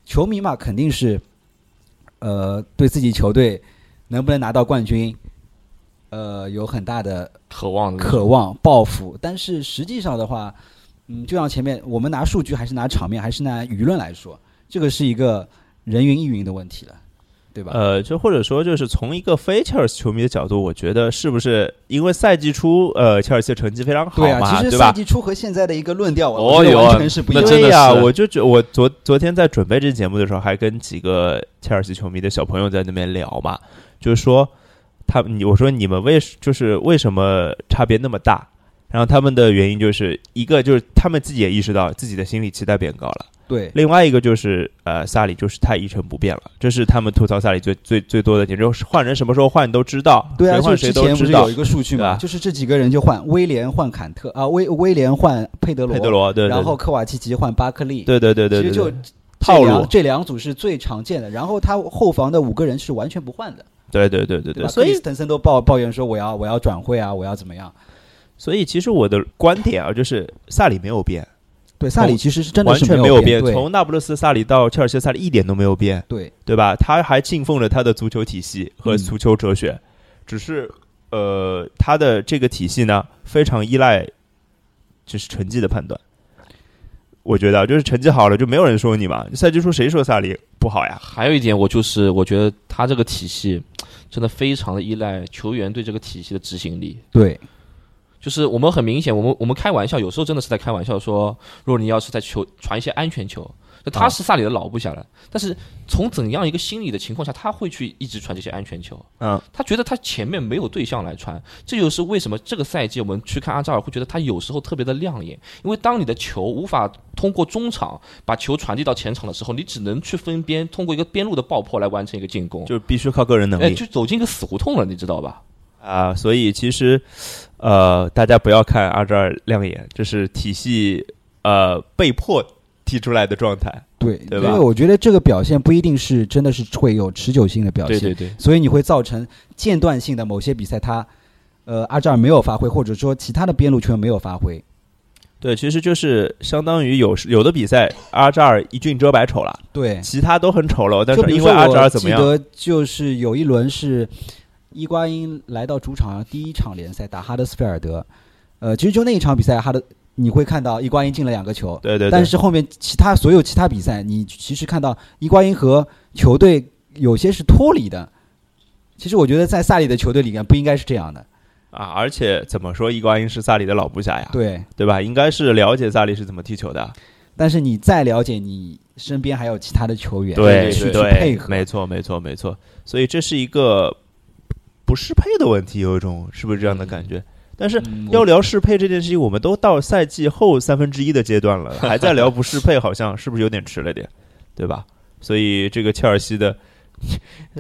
C: 球迷嘛肯定是，呃，对自己球队能不能拿到冠军，呃，有很大的
B: 渴望
A: 嗯
B: 的
C: 渴望、抱负。但是实际上的话，嗯，就像前面我们拿数据还是拿场面还是拿舆论来说，这个是一个人云亦云的问题了，对吧？
A: 呃，就或者说就是从一个非切尔西球迷的角度，我觉得是不是因为赛季初呃切尔西的成绩非常好
C: 对啊，
A: 嘛，
C: 其实
A: 对
C: 赛
A: 吧？
C: 季初和现在的一个论调，
B: 哦
C: 我觉得
B: 哟
C: 完全是不一
B: 那
C: 样的。
B: 真的
A: 对呀、
B: 是
A: 我就觉我昨昨天在准备这节目的时候，还跟几个切尔西球迷的小朋友在那边聊嘛，就是说他你我说你们为就是为什么差别那么大？然后他们的原因就是一个就是他们自己也意识到自己的心理期待变高了，
C: 对，
A: 另外一个就是呃萨里就是太一成不变了，这是他们吐槽萨里最最最多的点，就是换人什么时候换你都知道，
C: 对啊，
A: 谁
C: 就
A: 换谁
C: 之
A: 都
C: 前不
A: 知
C: 是
A: 道
C: 有一。个数据
A: 对吧啊
C: 嘛，就是这几个人就换威廉换坎特啊，威威廉换佩德罗，
A: 佩德罗对对，
C: 然后科瓦契奇换巴克利，
A: 对对对对
C: 其
A: 对
C: 实就
A: 对
C: 这
A: 套
C: 两
A: 路
C: 这两组是最常见的。然后他后防的五个人是完全不换的，
A: 对对对对对，
C: 吧？
A: 所以
C: 滕森都抱抱怨说我要我要转会啊，我要怎么样？
A: 所以其实我的观点啊，就是萨里没有变，
C: 对，萨里其实是真的
A: 完
C: 是
A: 全
C: 没
A: 有
C: 变，
A: 从那不勒斯萨里到切尔西萨里一点都没有变，
C: 对
A: 对吧？他还信奉着他的足球体系和
C: 嗯
A: 足球哲学，只是呃，他的这个体系呢，非常依赖就是成绩的判断。我觉得啊就是成绩好了，就没有人说你嘛。赛季初谁说萨里不好呀？
B: 还有一点，我就是我觉得他这个体系真的非常的依赖球员对这个体系的执行力。
C: 对
B: 就是我们很明显，我们我们开玩笑，有时候真的是在开玩笑说，若你要是在球传一些安全球，那
A: 啊
B: 他是萨里的老部下了，但是从怎样一个心理的情况下，他会去一直传这些安全球？
A: 嗯，
B: 他觉得他前面没有对象来传，这就是为什么这个赛季我们去看阿扎尔会觉得他有时候特别的亮眼，因为当你的球无法通过中场把球传递到前场的时候，你只能去分边，通过一个边路的爆破来完成一个进攻，
A: 就是必须靠个人能
B: 哎，
A: 力
B: 就走进一个死胡同了，你知道吧？
A: 啊、所以其实，呃，大家不要看阿扎尔亮眼，这是体系呃被迫踢出来的状态。
C: 对，
A: 对吧
C: 因为我觉得这个表现不一定是真的是会有持久性的表现，
B: 对，
C: 所以你会造成间断性的某些比赛他，呃阿扎尔没有发挥，或者说其他的边路球员没有发挥，
A: 对，其实就是相当于有时有的比赛，阿扎尔一俊遮百丑了，
C: 对，
A: 其他都很丑陋，但
C: 就是比如
A: 因
C: 说
A: 为
C: 我
A: 阿扎尔怎么
C: 记
A: 样？
C: 得就是有一轮是伊瓜因来到主场第一场联赛打哈德斯菲尔德，呃，其实就那一场比赛，哈德你会看到伊瓜因进了两个球，
A: 对对对，
C: 但是后面其他所有其他比赛，你其实看到伊瓜因和球队有些是脱离的。其实我觉得在萨里的球队里面不应该是这样的，
A: 啊，而且怎么说，伊瓜因是萨里的老部下呀，
C: 对。
A: 对吧？应该是了解萨里是怎么踢球的，
C: 但是你再了解，你身边还有其他的球员
B: 对
C: 去去
A: 对，
C: 配合，
A: 没错没错没错。所以这是一个不适配的问题，有一种是不是这样的感觉？但是
C: 嗯
A: 要聊适配这件事情，我们都到赛季后三分之一的阶段 了，还在聊不适配，好像是不是有点迟了点，对吧？所以这个切尔西的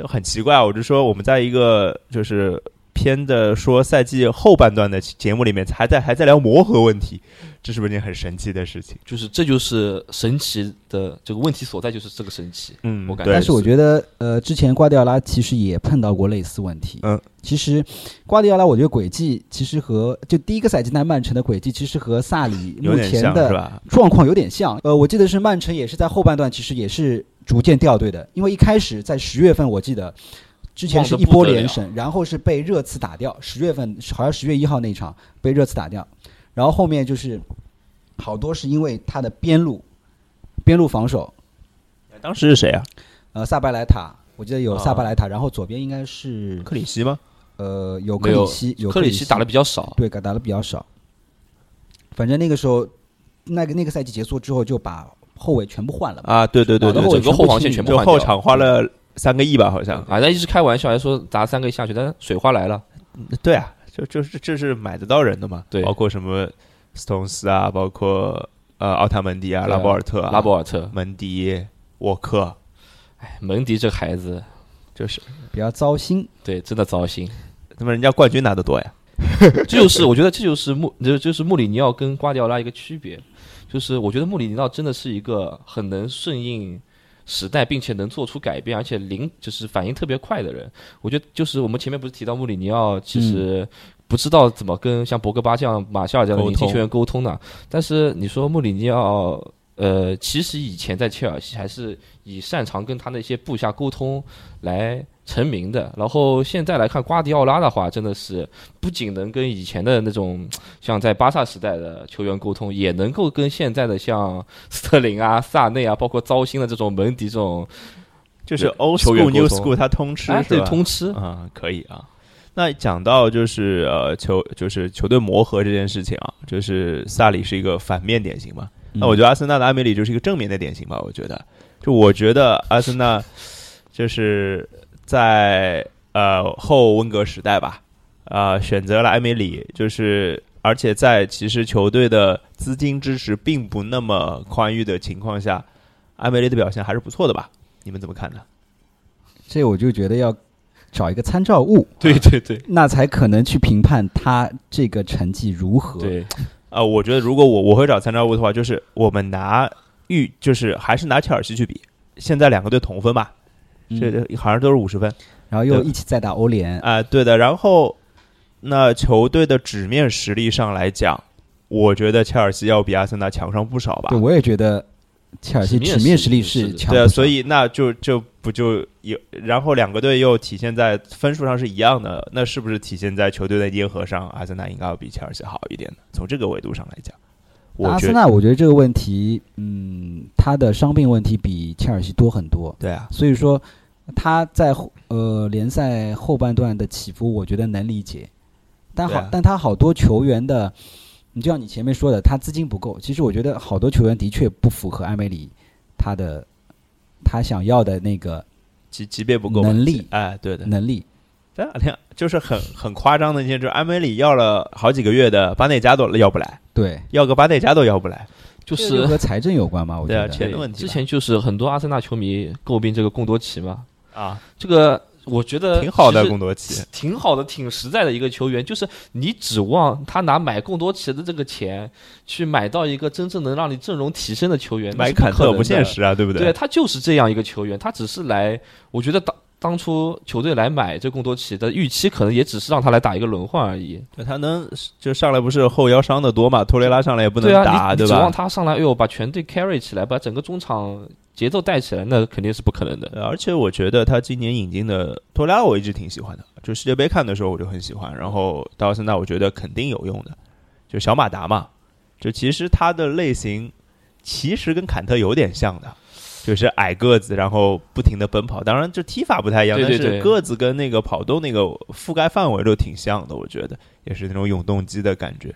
A: 很奇怪啊，我就说我们在一个就是偏的说赛季后半段的节目里面，还在还在聊磨合问题，这是不是一件很神奇的事情？
B: 就是这就是神奇的这个问题所在，就是这个神奇。
A: 嗯
B: 我感觉
A: 对
C: 但是我觉得，呃，之前瓜迪奥拉其实也碰到过类似问题。
A: 嗯，
C: 其实瓜迪奥拉，我觉得轨迹其实和就第一个赛季在曼城的轨迹，其实和萨里
A: 有
C: 目
A: 点
C: 前
A: 像是
C: 的
A: 吧？
C: 状况有点像。呃，我记得是曼城也是在后半段，其实也是逐渐掉队的，因为一开始在十月份，我记得之前是一波连胜，然后是被热刺打掉，十月份好像十月一号那一场被热刺打掉，然后后面就是好多是因为他的边路边路防守。
A: 当时是谁啊？
C: 呃，萨巴莱塔，我记得有
A: 啊
C: 萨巴莱塔，然后左边应该是
A: 克里希吗？
C: 呃有
B: 没
C: 克里
B: 有
C: 希，有
B: 克里希打的比较少，
C: 对打的比较少，反正那个时候那个那个赛季结束之后就把后卫全部换了嘛，
A: 啊，对对对对
C: 然后
A: 对
B: 整，个后防线
C: 全
B: 全部
C: 部
A: 就
B: 换
A: 后
B: 掉。嗯
A: 场花了三个亿吧，好像。
B: 啊，那一直开玩笑，还说砸三个亿下去，但是水花来了，
A: 对啊，就就是这是买得到人的嘛，
B: 对
A: 包括什么斯通斯啊，包括呃奥塔门迪啊、
B: 对啊
A: 拉波尔特啊、
B: 拉波尔特，
A: 门迪、沃克，
B: 哎，蒙迪这个孩子，
A: 就是
C: 比较糟心。
B: 对，真的糟心。
A: 他妈人家冠军拿得多呀，
B: 这就是我觉得这就是穆，这就是穆里尼奥跟瓜迪奥拉一个区别，就是我觉得穆里尼奥真的是一个很能顺应时代，并且能做出改变，而且灵就是反应特别快的人。我觉得就是我们前面不是提到穆里尼奥其实不知道怎么跟像博格巴这样、马夏尔这样的
A: 沟
B: 年轻
A: 通
B: 球员沟通的，但是你说穆里尼奥。呃，其实以前在切尔西还是以擅长跟他的一些部下沟通来成名的。然后现在来看瓜迪奥拉的话，真的是不仅能跟以前的那种像在巴萨时代的球员沟通，也能够跟现在的像斯特林啊、萨内啊，包括糟心的这种门迪这种，
A: 就是
B: 对
A: old
B: 球员
A: school new
B: 沟通
A: school 他通吃是
B: 哎，
A: 啊
B: 对，
A: 吧？
B: 通吃。
A: 嗯，可以啊。那讲到就是呃球就是球队磨合这件事情啊，就是萨里是一个反面典型嘛。
B: 嗯
A: 那我觉
C: 得
A: 得阿森纳的阿梅里就是一个正面的典型吧。我觉得，就我觉得阿森纳就是在呃后温格时代吧，呃选择了埃梅里，就是而且在其实球队的资金支持并不那么宽裕的情况下，埃梅里的表现还是不错的吧？你们怎么看呢？
C: 这我就觉得要找一个参照物，
B: 对对对
C: 那才可能去评判他这个成绩如何。
B: 对，
A: 呃，我觉得如果我我会找参照物的话，就是我们拿预就是还是拿切尔西去比，现在两个队同分吧，
C: 嗯
A: 这这好像都是五十分。
C: 然后又
A: 对
C: 一起再打欧联，
A: 啊、对的。然后，那球队的纸面实力上来讲，我觉得切尔西要比阿森纳强上不少吧
C: 对。我也觉得切尔西
B: 纸
C: 纸
B: 面
C: 面
B: 实
C: 实
B: 力
C: 力
B: 是
C: 是
B: 的
C: 强
A: 对啊，
C: 不少
A: 所以那就就不就有，然后两个队又体现在分数上是一样的，那是不是体现在球队的捏合上，阿森纳应该要比切尔西好一点呢？从这个维度上来讲，我
C: 阿
A: 觉
C: 森
A: 得
C: 纳，我觉得这个问题，嗯，他的伤病问题比切尔西多很多，
A: 对啊，
C: 所以说他在后呃联赛后半段的起伏，我觉得能理解。但好，
A: 对啊
C: 但他好多球员的，你就像你前面说的，他资金不够。其实我觉得好多球员的确不符合埃梅里他的他想要的那个
A: 级级别不够嘛，
C: 能力
A: 哎，对的。
C: 能力。
A: 这两天就是很很夸张的一件事，就是安梅里要了好几个月的巴内加都要不来，
C: 对，
A: 要个巴内加都要不来，
B: 就
C: 这个
B: 是
C: 和财政有关嘛？我觉
A: 对啊
C: 得
A: 钱的问题吧
B: 之前就是很多阿森纳球迷诟病这个贡多齐嘛，
A: 啊，
B: 这个我觉得
A: 挺好的
B: 呃其实
A: 贡多齐，
B: 挺好的，挺实在的一个球员，就是你指望他拿买贡多齐的这个钱去买到一个真正能让你阵容提升的球员，那
A: 买
B: 是不
A: 坎
B: 可能
A: 特不现
B: 的。
A: 实啊，对不
B: 对？他就是这样一个球员，他只是来，我觉得当当初球队来买这贡多齐的预期，可能也只是让他来打一个轮换而已。
A: 对他能就上来不是后腰伤的多嘛，托雷拉上来也不能
B: 对啊，
A: 打，
B: 你
A: 对
B: 你指望
A: 吧？
B: 他上来，哎呦，把全队 carry 起来，把整个中场节奏带起来，那肯定是不可能的。
A: 呃而且我觉得他今年引进的托雷拉，我一直挺喜欢的，就世界杯看的时候我就很喜欢，然后到现在我觉得肯定有用的，就小马达嘛，就其实他的类型其实跟坎特有点像的。就是矮个子，然后不停的奔跑，当然就踢法不太一样，
B: 对对
A: 但是
B: 对
A: 个子跟那个跑动那个覆盖范围都挺像的，我觉得也是那种永动机的感觉。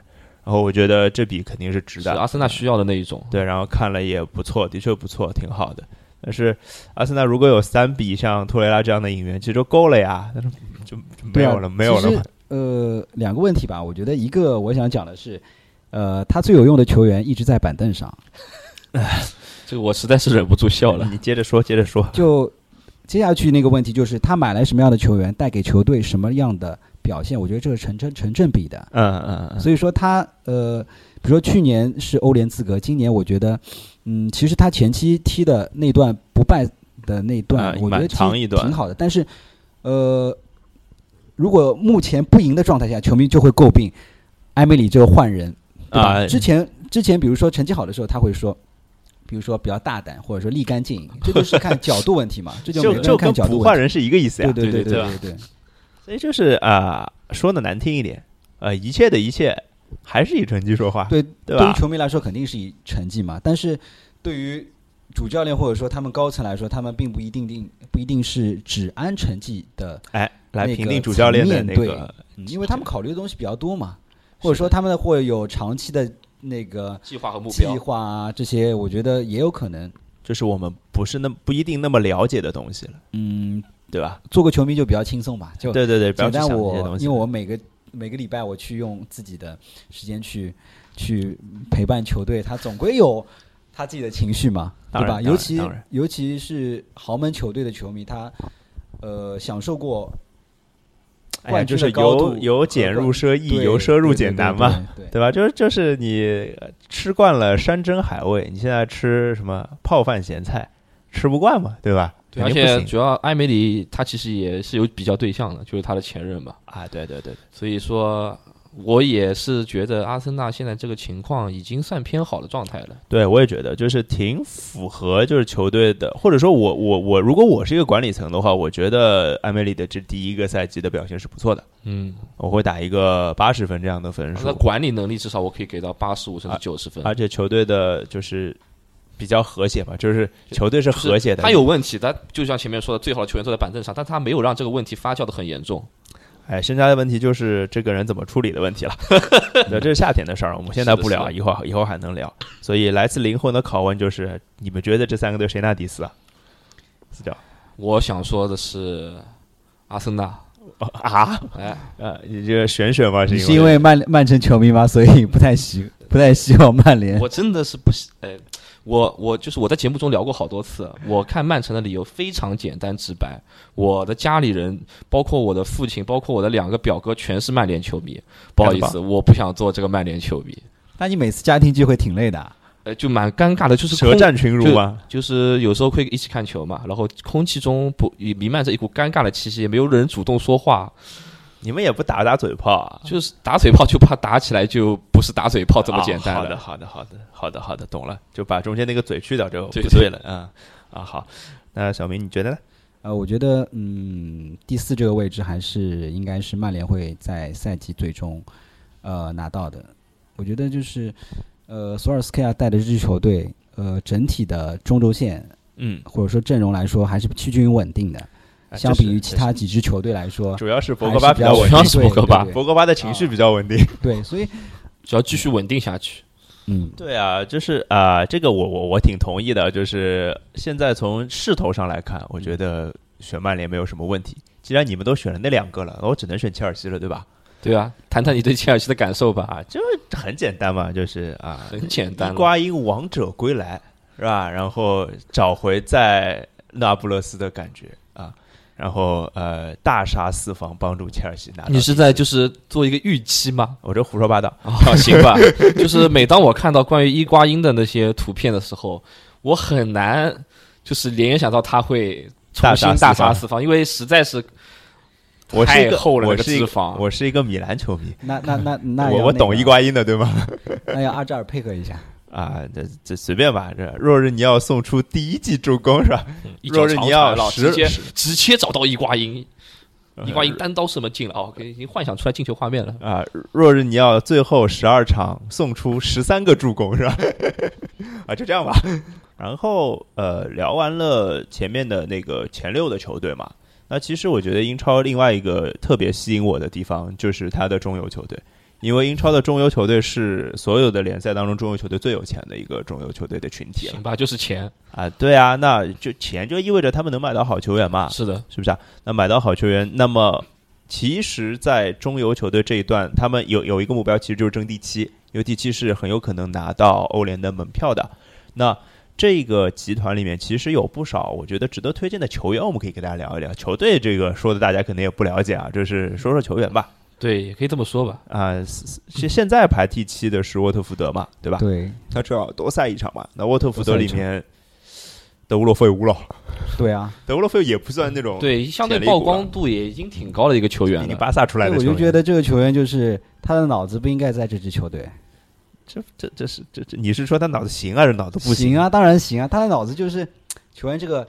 A: 然后我觉得这笔肯定是值
B: 是
A: 的，
B: 阿森纳需要的那一种。
A: 对，然后看了也不错，的确不错，挺好的。但是阿森纳如果有三笔像托雷拉这样的引援，其实就够了呀，但是就就没
C: 对啊
A: 有了，没有
C: 其
A: 了
C: 实
A: 嘛。
C: 呃，两个问题吧，我觉得一个我想讲的是，呃，他最有用的球员一直在板凳上。
B: 这个我实在是忍不住笑了。
A: 你接着说，接着说。
C: 就接下去那个问题就是，他买来什么样的球员，带给球队什么样的表现，我觉得这个成正成正比的。
A: 嗯嗯嗯，
C: 所以说他呃，比如说去年是欧联资格，今年我觉得，嗯，其实他前期踢的那段不败的那段，
A: 啊
C: 我觉
A: 蛮
C: 得
A: 长
C: 踢
A: 一段
C: 挺好的，但是呃，如果目前不赢的状态下，球迷就会诟病埃梅里这个换人对吧
A: 啊
C: 之前之前比如说成绩好的时候，他会说。比如说比较大胆，或者说立竿见影，这就是看角度问题嘛，这就每
A: 就
C: 个人
A: 就
C: 看
A: 跟
C: 角度
A: 不
C: 问
A: 换
C: 题。
A: 人是一个意思呀。
C: 对
B: 对
C: 对对
B: 对
C: 对对，
A: 所以就是啊、说的难听一点，呃，一切的一切还是以成绩说话，
C: 对
A: 啊对
C: 对于
A: 吧？
C: 球迷来说肯定是以成绩嘛，但是对于主教练或者说他们高层来说，他们并不一定定不一定是只按成绩的，
A: 哎，来
C: 那
A: 评
C: 个
A: 定主教练的
C: 层
A: 那
C: 面
A: 个，嗯
C: 因为他们考虑的东西比较多嘛，或者说他们会有长期的那个
B: 计划和目
C: 计
B: 标，
C: 划啊，这些我觉得也有可能。
A: 就是我们不是那不一定那么了解的东西了，
C: 嗯，
A: 对吧？
C: 做个球迷就比较轻松吧，就
A: 对对对，不要
C: 简
A: 去想这
C: 单我
A: 些东西
C: 因为。我每个每个礼拜我去用自己的时间去去陪伴球队，他总归有他自己的情绪嘛，
A: 当
C: 对
A: 然
C: 吧？
A: 当然
C: 尤其
A: 当然
C: 尤其是豪门球队的球迷，他呃享受过
A: 哎呀，
C: 冠
A: 就
C: 军
A: 是
C: 的高度
A: 由由俭入奢易，
C: 对
A: 由奢入
C: 对对
A: 俭
C: 对
A: 难嘛。
C: 对，对
A: 对吧？就是就是你呃吃惯了山珍海味，你现在吃什么泡饭咸菜，吃不惯嘛，对吧？
B: 对，
A: 肯
B: 而
A: 定不
B: 且
A: 行
B: 主要埃梅里他其实也是有比较对象的，就是他的前任嘛。
A: 啊，对对对，
B: 所以说，我也是觉得阿森纳现在这个情况已经算偏好的状态了。
A: 对我也觉得就是挺符合就是球队的，或者说我我我如果我是一个管理层的话，我觉得埃梅里的这第一个赛季的表现是不错的，
B: 嗯，啊
A: 我会打一个八十分这样的分
B: 他
A: 数
B: 的，管理能力至少我可以给到八十五
A: 啊
B: 甚至九十分。
A: 而且球队的就是比较和谐嘛，就是球队是
B: 就是
A: 和谐的，
B: 他有问题，他就像前面说的，最好的球员坐在板凳上，但他没有让这个问题发酵的很严重。
A: 哎，剩下的问题就是这个人怎么处理的问题 了。对，这是夏天的事儿，我们现在不
B: 是
A: 聊，
B: 的
A: 以后以后还能聊。所以来自灵魂的拷问就是：你们觉得这三个队谁拿第四啊？死掉
B: 我想说的是，阿森纳，
A: 哦啊？
B: 哎，
A: 呃，你这个选选吧，
C: 你
A: 是
C: 是因
A: 为
C: 为曼曼城球迷吗？所以不太希不太希望曼联
B: 我真的是不喜，哎，我我就是我在节目中聊过好多次，我看曼城的理由非常简单直白，我的家里人，包括我的父亲，包括我的两个表哥，全是曼联球迷。不好意
A: 干
B: 思，我不想做这个曼联球迷，
C: 那你每次家庭聚会挺累的啊、
B: 呃，就蛮尴尬的，就是
A: 舌
B: 空
A: 战群儒吗？
B: 就是有时候会一起看球嘛，然后空气中不也弥漫着一股尴尬的气息，也没有人主动
A: 啊
B: 说话，
A: 你们也不打打嘴炮啊？
B: 就是打嘴炮就怕打起来，就不是打嘴炮这么简单
A: 啊好
B: 了
A: 的，好的，好的，好的，好的，懂了，就把中间那个嘴去掉就不
B: 对
A: 对了。嗯，啊，好，那小明你觉得呢？
C: 呃，我觉得嗯，第四这个位置还是应该是曼联会在赛季最终呃拿到的。我觉得就是呃，索尔斯克亚带的这支球队，呃，整体的中轴线
A: 嗯，
C: 或者说阵容来说，还是趋近于稳定的。
A: 啊
C: 相
A: 这是
C: 比于其他几支球队来说，
A: 主要是博
C: 还
A: 格
C: 是
A: 巴
C: 比
A: 较
C: 较
A: 稳
B: 主
A: 定
B: 要
C: 稳，
B: 是博格巴
C: 对
A: 博格巴的情绪比较稳定。
C: 对，所以
B: 只要继续稳定下去，
C: 嗯，
A: 对啊，就是啊、这个我我我挺同意的。就是现在从势头上来看，我觉得选曼联没有什么问题。既然你们都选了那两个了，那我只能选切尔西了，对吧？
B: 对啊，谈谈你对切尔西的感受吧，
A: 啊，就是很简单嘛，就是啊，
B: 很简单
A: 伊
B: 了。
A: 瓜因王者归来是吧？然后找回在那不勒斯的感觉啊，然后呃大杀四方，帮助切尔西拿到。
B: 啊你是在就是做一个预期吗？
A: 我这胡说八道，
B: 啊，行吧，就是每当我看到关于伊瓜因的那些图片的时候，我很难就是联想到他会重新
A: 大杀
B: 大
A: 四方
B: 杀四方，因为实在是
A: 我是一
B: 太
A: 个
B: 厚了那
A: 我
B: 个啊
A: 是一
B: 脂
A: 个
B: 肪。
A: 我是一个米兰球迷，
C: 那那那那要
A: 我我
C: 那
A: 懂
C: 个
A: 伊，瓜因的对吗？
C: 那要阿扎尔配合一下。
A: 啊，这这随便吧，这若日尼奥送出第一记助攻是吧？
B: 一脚
A: 若日
B: 长
A: 尼
B: 传
A: 奥
B: 了，直
A: 十
B: 接
A: 十
B: 直接找到伊瓜因，伊瓜因
A: 呃
B: 单刀射门进了哦，已经幻想出来进球画面了。
A: 啊，若日尼奥最后十二场送出十三个助攻是吧？ 啊，就这样吧。然后呃，聊完了前面的那个前六的球队嘛，那其实我觉得英超另外一个特别吸引我的地方就是它的中游球队，因为英超的中游球队是所有的联赛当中中游球队最有钱的一个中游球队的群体了
B: 行吧，就是钱，
A: 啊。对啊，那就钱就意味着他们能买到好球员嘛。
B: 是的，
A: 是不是啊？那买到好球员，那么其实，在中游球队这一段，他们有有一个目标，其实就是争第七，因为第七是很有可能拿到欧联的门票的。那这个集团里面其实有不少我觉得值得推荐的球员，我们可以跟大家聊一聊。球队这个说的大家可能也不了解啊，就是说说球员吧。
B: 对，也可以这么说吧。
A: 啊、现现在排第七的是沃特福德嘛，对吧？
C: 对
A: 他至少多赛一场嘛。那沃特福德
C: 多赛一
A: 里
C: 场
A: 面，德乌洛夫也无了，
C: 对啊，
A: 德乌洛夫也不算那种
B: 对，相对
A: 潜力股
B: 曝
A: 吧
B: 光度也已经挺高的一个球员
A: 比你
B: 了。
A: 巴萨出来
C: 所以
A: 的
C: 我
A: 球员。
C: 就觉得这个球员就是他的脑子不应该在这支球队。
A: 这这这是这这，你是说他脑子行还是脑子不
C: 行？啊，当然行啊，他的脑子就是球员这个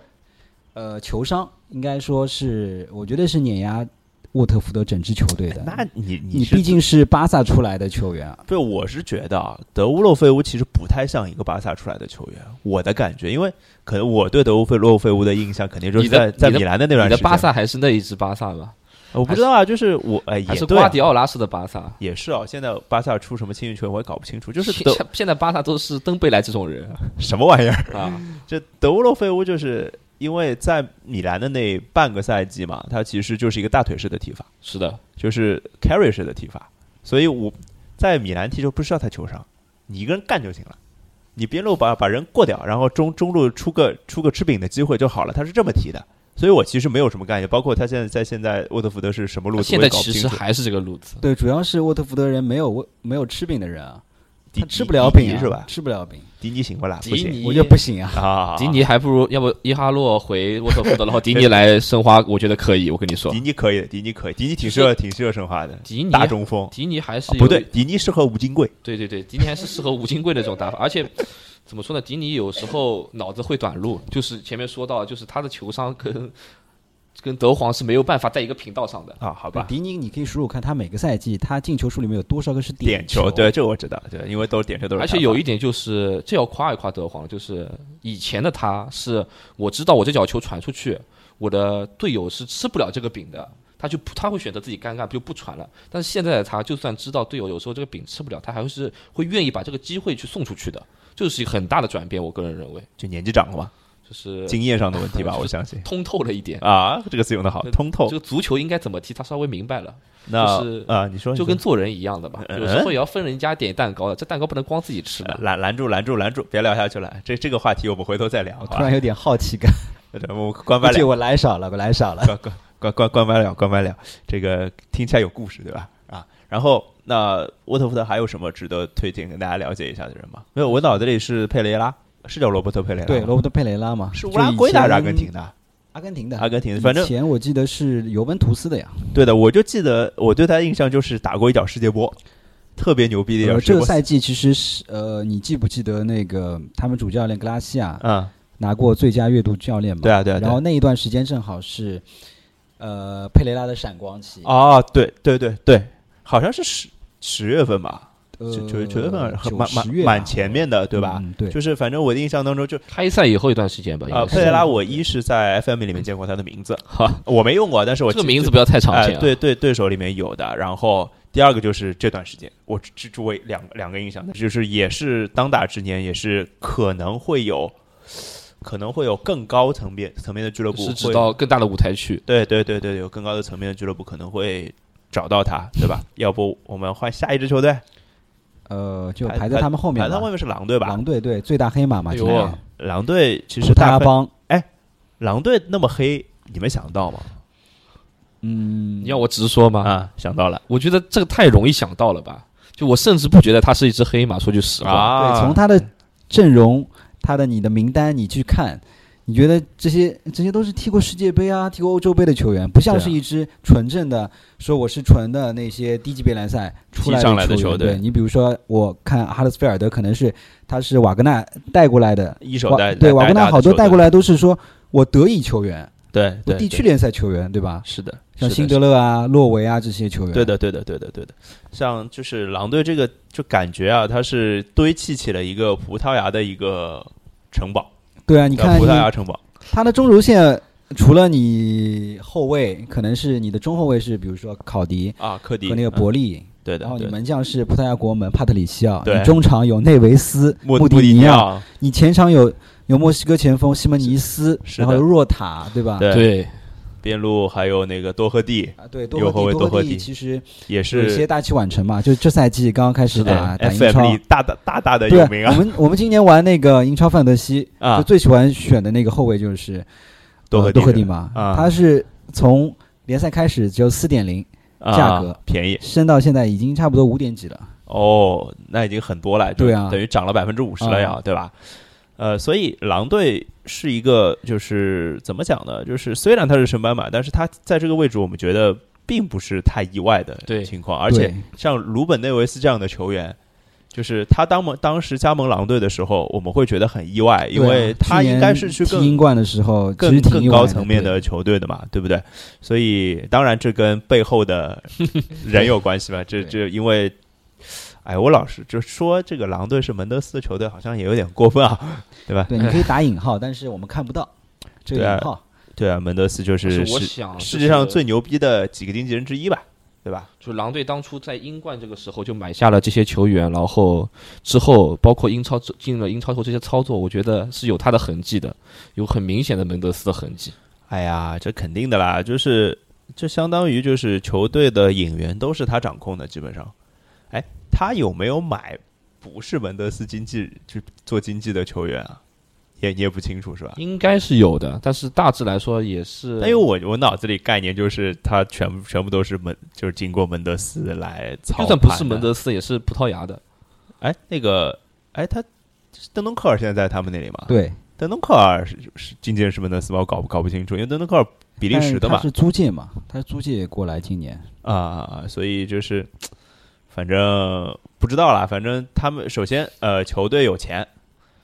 C: 呃球商，应该说是我觉得是碾压沃特福德整支球队的。
A: 哎那你
C: 你
A: 是嗯
C: 毕竟是巴萨出来的球员啊，
A: 对，我是觉得啊，德乌洛费乌其实不太像一个巴萨出来的球员，我的感觉，因为可能我对德乌费洛费乌的印象，肯定就是
B: 你的
A: 在在
B: 你的
A: 米兰的那段
B: 你
A: 时
B: 的
A: 间。
B: 巴萨还是那一支巴萨吧？
A: 我不知道啊，就是我哎也
B: 还是
A: 对啊、
B: 瓜迪奥拉式的巴萨？
A: 也是啊，现在巴萨出什么青训球员我也搞不清楚，就是
B: 现
A: 德
B: 现现在巴萨都是登贝莱这种人
A: 什么玩意儿？
B: 啊，
A: 这德乌洛费乌就是因为在米兰的那半个赛季嘛，他其实就是一个大腿式的踢法，
B: 是的，
A: 就是 carry 式的踢法，所以我在米兰踢球不需要他球商，你一个人干就行了，你边路把把人过掉，然后中中路出个出个吃饼的机会就好了，他是这么踢的，所以我其实没有什么概念，包括他现在在现在沃特福德是什么路子，
B: 现
A: 我也
B: 在
A: 搞不
B: 其
A: 清
B: 实
A: 楚。
B: 还是这个路子。
C: 对，主要是沃特福德人没有沃没有吃饼的人啊，
A: 迪
C: 他吃不了饼、
A: 迪
C: 啊、
A: 尼是吧？
C: 吃不了饼，
A: 迪尼行不啦？
B: 迪
A: 不行
B: 尼
C: 我觉得不行啊。
A: 啊，
B: 迪尼还不如要不伊哈洛回沃特福德，然后迪尼来申花，我觉得可以。我跟你说
A: 迪，尼可以的，迪尼可以，迪尼挺适合挺适合申花的
B: 迪尼
A: 大中锋。
B: 迪尼还是
A: 啊
B: 有
A: 不对，，迪尼适合吴金贵，
B: 对对对，迪尼还是适合吴金贵的这种打法，而且怎么说呢，迪尼有时候脑子会短路，就是前面说到，就是他的球商跟跟德皇是没有办法在一个频道上的。
A: 啊，好吧，
C: 迪尼，你可以数数看他每个赛季他进球数里面有多少个是
A: 点
C: 球？
A: 球，对，，这我知道，对，因为都是点球都是他
B: 而
A: 罚。
B: 且有一点就是，这要夸一夸德皇，就是以前的他是，我知道我这脚球传出去，我的队友是吃不了这个饼的，他就不他会选择自己尴尬就不传了。但是现在的他，就算知道队友有时候这个饼吃不了，他还会是会愿意把这个机会去送出去的，这是一个很大的转变。我个人认为，
A: 就年纪长了嘛，
B: 就是
A: 经验上的问题 吧，
B: 就是
A: 我相信。
B: 通透了一点。
A: 啊，这个词用的好，通透
B: 这。个足球应该怎么踢，他稍微明白了，
A: 那
B: 就是
A: 啊，你说
B: 就跟
A: 你
B: 做人一样的吧。
A: 嗯
B: 有时候也要分人家点蛋糕的，这蛋糕不能光自己吃
A: 说
B: 的。
A: 拦拦住，拦住，拦住，别聊下去了。这这个话题我们回头再聊。好
C: 我突
A: 吧
C: 然有点好奇感，
A: 我们关
C: 而
A: 麦
C: 且
A: 聊，
C: 我来少了，我来少了。
A: 关关关关关麦聊，关麦聊。这个听起来有故事，对吧？啊，然后那沃特福德还有什么值得推荐跟大家了解一下的人吗？没有，我脑子里是佩雷拉，是叫罗伯特佩雷拉吗，
C: 对，罗伯特佩雷拉嘛，
A: 啊是乌
C: 就
A: 拉
C: 以
A: 圭的还是
C: 前
A: 阿根廷？的？
C: 阿根廷的，
A: 阿根廷的，反正
C: 以前我记得是尤文图斯的呀。
A: 对的，我就记得我对他的印象就是打过一脚世界波，特别牛逼的一脚
C: 呃，
A: 世界
C: 这个
A: 波。
C: 赛季其实是呃，你记不记得那个他们主教练格拉西亚
A: 嗯，
C: 拿过最佳阅读教练嘛？
A: 对啊，对啊，对
C: 然
A: 啊
C: 后那一段时间正好是呃佩雷拉的闪光期，
A: 哦，对对对对，好像是十十月份吧，
C: 呃
A: 九九九月份好像很
C: 九
A: 蛮蛮
C: 十月吧
A: 蛮前面的，对吧？
C: 嗯对，
A: 就是反正我的印象当中就，
B: 开赛以后一段时间吧，应
A: 呃，
B: 该是
A: 佩雷拉，我一是在 FM 里面见过他的名字，
B: 哈，
A: 我没用过，但是我
B: 这个
A: 记
B: 名字不要太常
A: 哎
B: 见啊。
A: 对对，对手里面有的，然后第二个就是这段时间，我只只为两两个印象，就是也是当打之年，也是可能会有，可能会有更高层面层面的俱乐部
B: 是指
A: 会
B: 到更大的舞台去。
A: 对对对对，有更高的层面的俱乐部可能会找到 他，对吧？要不我们换下一支球队？
C: 呃，就
A: 排
C: 排在他们后面
A: 反
C: 吧
A: 正外面是狼队吧
C: 狼？队对最大黑马嘛，
B: 哎
C: 今
B: 呦
C: 年
A: 狼队其
C: 葡
A: 实
C: 萄
A: 大
C: 牙
A: 分，
C: 帮，
A: 狼队那么黑，你们想到吗？
C: 嗯
B: 你，要我直说吗？
A: 嗯啊，想到了
B: 我觉得这个太容易想到了吧？就我甚至不觉得它是一只黑马。说句实话，
A: 啊，
C: 对，从他的阵容，他的你的名单，你去看，你觉得这些这些都是踢过世界杯啊、踢过欧洲杯的球员，不像
A: 对啊
C: 是一支纯正的、说我是纯的那些低级别联赛出来
A: 踢上来的
C: 球
A: 球队
C: 对你比如说，我看哈德斯菲尔德可能是他是瓦格纳带过来的，
A: 一手
C: 瓦
A: 带
C: 对瓦格纳好多带过
A: 来，
C: 来都是说我德乙球员，
A: 对
C: 我
A: 对
C: 地区联赛球员，对吧？
A: 是的，
C: 像
A: 是的
C: 辛德勒啊、洛维啊这些球员，
A: 对的，对的，对的，对的。像就是狼队这个，就感觉啊，它是堆砌起了一个葡萄牙的一个城堡，
C: 对啊，你
A: 叫
C: 看
A: 呃葡萄
C: 你
A: 牙城堡，
C: 他的中轴线除了你后卫，可能是你的中后卫是比如说考迪
A: 啊，科迪
C: 和那个
A: 嗯
C: 伯利，
A: 对的，
C: 然后你
A: 对的
C: 门将是葡萄牙国门帕特里西奥，
A: 对
C: 你中场有内维斯、
A: 穆
C: 穆
A: 穆
C: 尼
A: 尼
C: 奥，
A: 奥，
C: 你前场有有墨西哥前锋西门尼斯，
A: 是
C: 然后
A: 的
C: 有若塔，对吧？
A: 对，
B: 对，
A: 边路还有那个多赫蒂，
C: 啊，对，
A: 右后
C: 多赫
A: 卫
C: 蒂，
A: 多
C: 多
A: 赫
C: 赫
A: 蒂
C: 蒂其实
A: 也
C: 有一些
A: 是
C: 大器晚成嘛，就这赛季刚刚开始打打英
A: FM
C: 超
A: 里。大大大大的
C: 对
A: 有名，
C: 我
A: 啊
C: 们我们今年玩那个英超范德西，就
A: 啊，
C: 最喜欢选的那个后卫就是
A: 多
C: 呃
A: 赫
C: 多赫
A: 蒂
C: 蒂
A: 是吧
C: 嘛，
A: 啊
C: 他是从联赛开始只有四点零，
A: 啊
C: 价格
A: 便宜
C: 升到现在已经差不多五点几了。
A: 哦，那已经很多了，就
C: 对啊啊
A: 等于涨了百分之五十了呀，对吧？呃，所以狼队是一个，就是怎么讲呢？就是虽然他是升班马，但是他在这个位置，我们觉得并不是太意外的
B: 对
A: 情况。而且
C: 对
A: 像鲁本内维斯这样的球员，就是他当盟当时加盟狼队的时候，我们会觉得很意外，因
C: 对啊
A: 为他
C: 去年
A: 应该是去
C: 踢
A: 更
C: 英冠的时候，其
A: 更
C: 实挺
A: 更
C: 意外
A: 高层面
C: 对
A: 的球队的嘛，对不对？所以当然这跟背后的人有关系嘛，这这因为。哎，我老是就说这个狼队是门德斯的球队，好像也有点过分啊，对吧？
C: 对，你可以打引号，但是我们看不到这个
A: 对啊
C: 引号。
A: 对啊，门德斯就是是
B: 我
A: 世
B: 想
A: 世界上最牛逼的几个经纪人之一吧，对吧？
B: 就狼队当初在英冠这个时候就买下了这些球员，然后之后包括英超进了英超后这些操作，我觉得是有他的痕迹的，有很明显的门德斯的痕迹。
A: 哎呀，这肯定的啦，就是这相当于就是球队的引援都是他掌控的，基本上。哎，他有没有买不是门德斯经纪就做经纪的球员啊？也你也不清楚是吧？
B: 应该是有的，但是大致来说也是。
A: 但因为我我脑子里概念就是他全部全部都是门，就是经过门德斯来操
B: 就
A: 盘的。
B: 算不是门德斯，也是葡萄牙的。
A: 哎，那个哎，他登登克尔现在在他们那里吗？，
C: 对，
A: 登登克尔是是经纪人是门德斯吗？我搞不搞不清楚，因为登登克尔比利时的
C: 但
A: 嘛
C: 他，是租借嘛，他是租借过来今年。
A: 啊，所以就是，反正不知道啦。反正他们首先呃，球队有钱，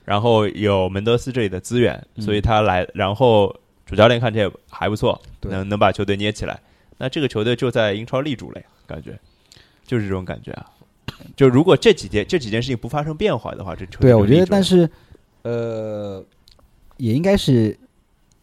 A: 然后有门德斯这里的资源，
C: 嗯
A: 所以他来，然后主教练看这也还不错，
C: 对
A: 能能把球队捏起来。那这个球队就在英超立足了呀，感觉就是这种感觉啊。就如果这几件这几件事情不发生变化的话，这球队
C: 对，啊
A: 就
C: 我觉
A: 立
C: 得，
A: 足
C: 但
A: 了
C: 是呃，也应该是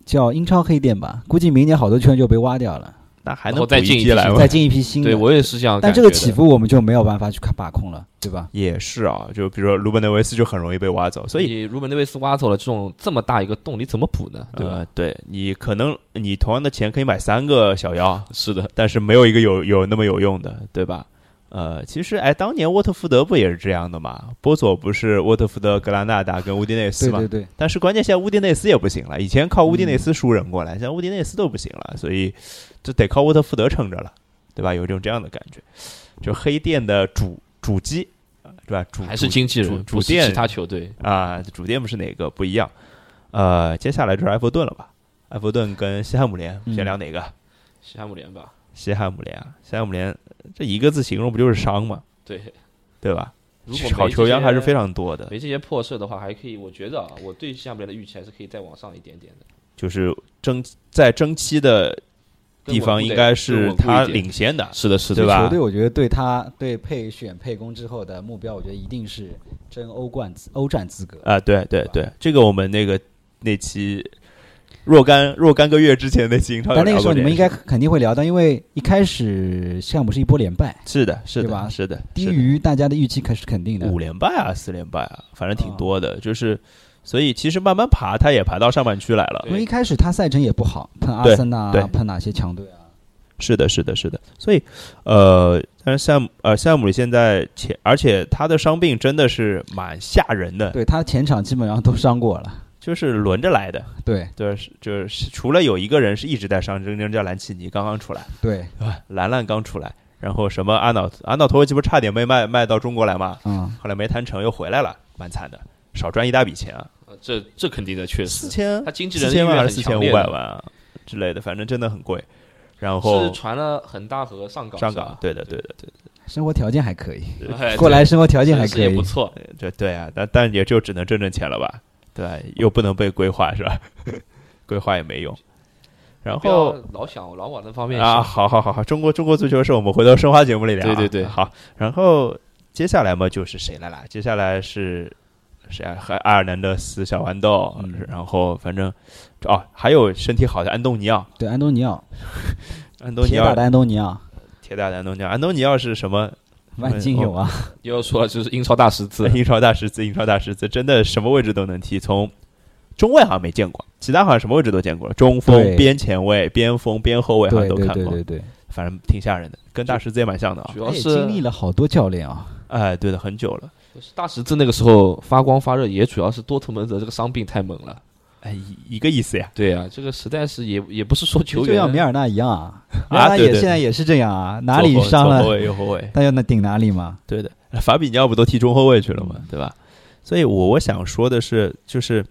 C: 叫英超黑店吧，估计明年好多球员就被 挖掉了，
A: 那还
B: 然
A: 能
B: 后再
A: 补一
B: 进一
A: 批
B: 批
A: 来
B: 新
A: 吗
C: 再？进一批新的。
B: 对我也是这样感觉的。
C: 但这个起伏我们就没有办法去看把控了，对吧？
A: 也是啊，就比如说卢本内维斯就很容易被挖走，所以
B: 你如本内维斯挖走了这种这么大一个洞，你怎么补呢？对吧？
A: 呃，对你可能你同样的钱可以买三个小妖，
B: 是的，
A: 但是没有一个有有那么有用的，对吧？呃，其实哎，当年沃特福德不也是这样的嘛？波佐不是沃特福德、格拉纳达跟乌迪内斯
C: 对
A: 嘛？
C: 对对，
A: 但是关键现在乌迪内斯也不行了，以前靠乌迪
B: 嗯
A: 内斯输人过来，现在乌迪内斯都不行了，所以就得靠沃特福德撑着了，对吧？有一种这样的感觉，就黑店的主主机，呃对吧？主
B: 还是经纪
A: 主
B: 人，
A: 主
B: 不是
A: 店
B: 其他球队。
A: 啊，主店不是哪个不一样。呃，接下来就是埃弗顿了吧？埃弗顿跟西汉姆联，
C: 嗯
A: 先聊哪个？
B: 西汉姆联吧，
A: 西汉姆联，啊，西汉姆联这一个字形容不就是伤吗？
B: 对。
A: 对吧？
B: 如果
A: 好
B: 没这
A: 球员还是
B: 些
A: 非常多的，
B: 没这些破事的话，还可以。我觉得啊，我对西汉姆联的预期还是可以再往上一点点的。
A: 就是争在争七的
B: 更
A: 地方
B: 稳固
A: 应
B: 点
A: 该
B: 更
A: 是
B: 稳固一
A: 他
B: 点
A: 领先的，
B: 是的，是
A: 对
B: 的，
A: 吧
C: 球队我觉得对他对配选配攻之后的目标，我觉得一定是争欧冠资欧战资格。
A: 啊，对对对，这个我们那个那期若干若干个月之前的新英超有
C: 但那
A: 聊
C: 个时
A: 过
C: 候
A: 这件
C: 你
A: 事。
C: 们应该肯定会聊到，因为一开始项目是一波连败，
A: 是的，是
C: 对吧
A: 的，是的，
C: 低
A: 是的
C: 于大家的预期，可是肯定的。
A: 五连败啊，四连败啊，反正挺多的。就是，所以其实慢慢爬，他也爬到上半区来了。
C: 因为
B: 对
C: 一开始他赛程也不好，碰阿
A: 对
C: 森纳
A: 对
C: 啊，碰哪些强队啊？
A: 是的，是的，是的。所以，呃，但是夏姆呃夏姆里现在且而且他的伤病真的是蛮吓人的，
C: 对他前场基本上都伤过了，
A: 就是轮着来的。
C: 对
A: 对，是就是除了有一个人是一直在伤，这个人叫兰奇尼，刚刚出来，
C: 对，
A: 兰兰刚出来，然后什么阿瑙阿瑙托维奇不是差点被卖卖到中国来吗？
C: 嗯，
A: 后来没谈成，又回来了，蛮惨的，少赚一大笔钱啊，哎
B: 呃这这肯定的，确
A: 四
B: 实，
A: 千
B: 他经纪人
A: 四
B: 的意
A: 千万
B: 愿
A: 还
B: 很
A: 是四千
B: 强
A: 五
B: 烈
A: 百
B: 的，
A: 万啊之类的，反正真的很贵。然
B: 是
A: 后
B: 传了恒大和上港，
A: 上
B: 是吧啊
A: 港，对的，对的，对的
C: 生活条件还可以，
B: 哎
C: 过来生活条
B: 对
C: 件还
B: 是
C: 可
B: 也
C: 以
B: 不，错，
A: 呃，对对啊，但但也就只能挣挣钱了吧？对，又不能被规划是吧？ 规划也没用。然
B: 不要
A: 后
B: 老想老往那方面
A: 啊，
B: 想，
A: 好好好好，中国中国足球是我们回头申花节目里聊、啊。
B: 对对对
A: 好。然后接下来嘛，就是谁来啦？接下来是谁啊？和爱尔兰的死小豌豆，
C: 嗯
A: 然后反正哦，还有身体好的安东尼奥，
C: 对安东尼奥，
A: 安东尼
C: 铁打
A: 奥
C: 的安东尼奥，
A: 铁打的安东尼奥，安东尼奥是什么？
C: 万金油啊，
B: 又说了就是英超大十字，
A: 英超大师资，英超大师资，真的什么位置都能踢，从。中卫好像没见过，其他好像什么位置都见过了，中锋、
C: 对
A: 边前卫、边锋、边后卫好
C: 对
A: 像都
C: 对
A: 哦看过，
C: 对对对，
A: 反正挺吓人的，跟大师资也蛮像的啊
B: 主。
C: 他
B: 要
C: 也
B: 是
C: 经历了好多教练啊，
A: 哎，对的，很久了。
B: 就是大十字那个时候发光发热，也主要是多特蒙德这个伤病太猛了。
A: 哎，一一个意思呀。
B: 对啊，这个实在是也也不是说
C: 就
B: 球
C: 像
B: 员
C: 米尔纳一 样啊，米尔
A: 啊
C: 纳
A: 对
C: 也
A: 对
C: 现在也是这样啊，哪里
A: 左后
C: 伤
A: 左后
C: 了，
A: 卫右后卫，
C: 他要那顶哪里嘛，
A: 对的。法比尼奥不都踢中后卫去了
C: 嗯
A: 嘛，对吧？所以我我想说的是，就是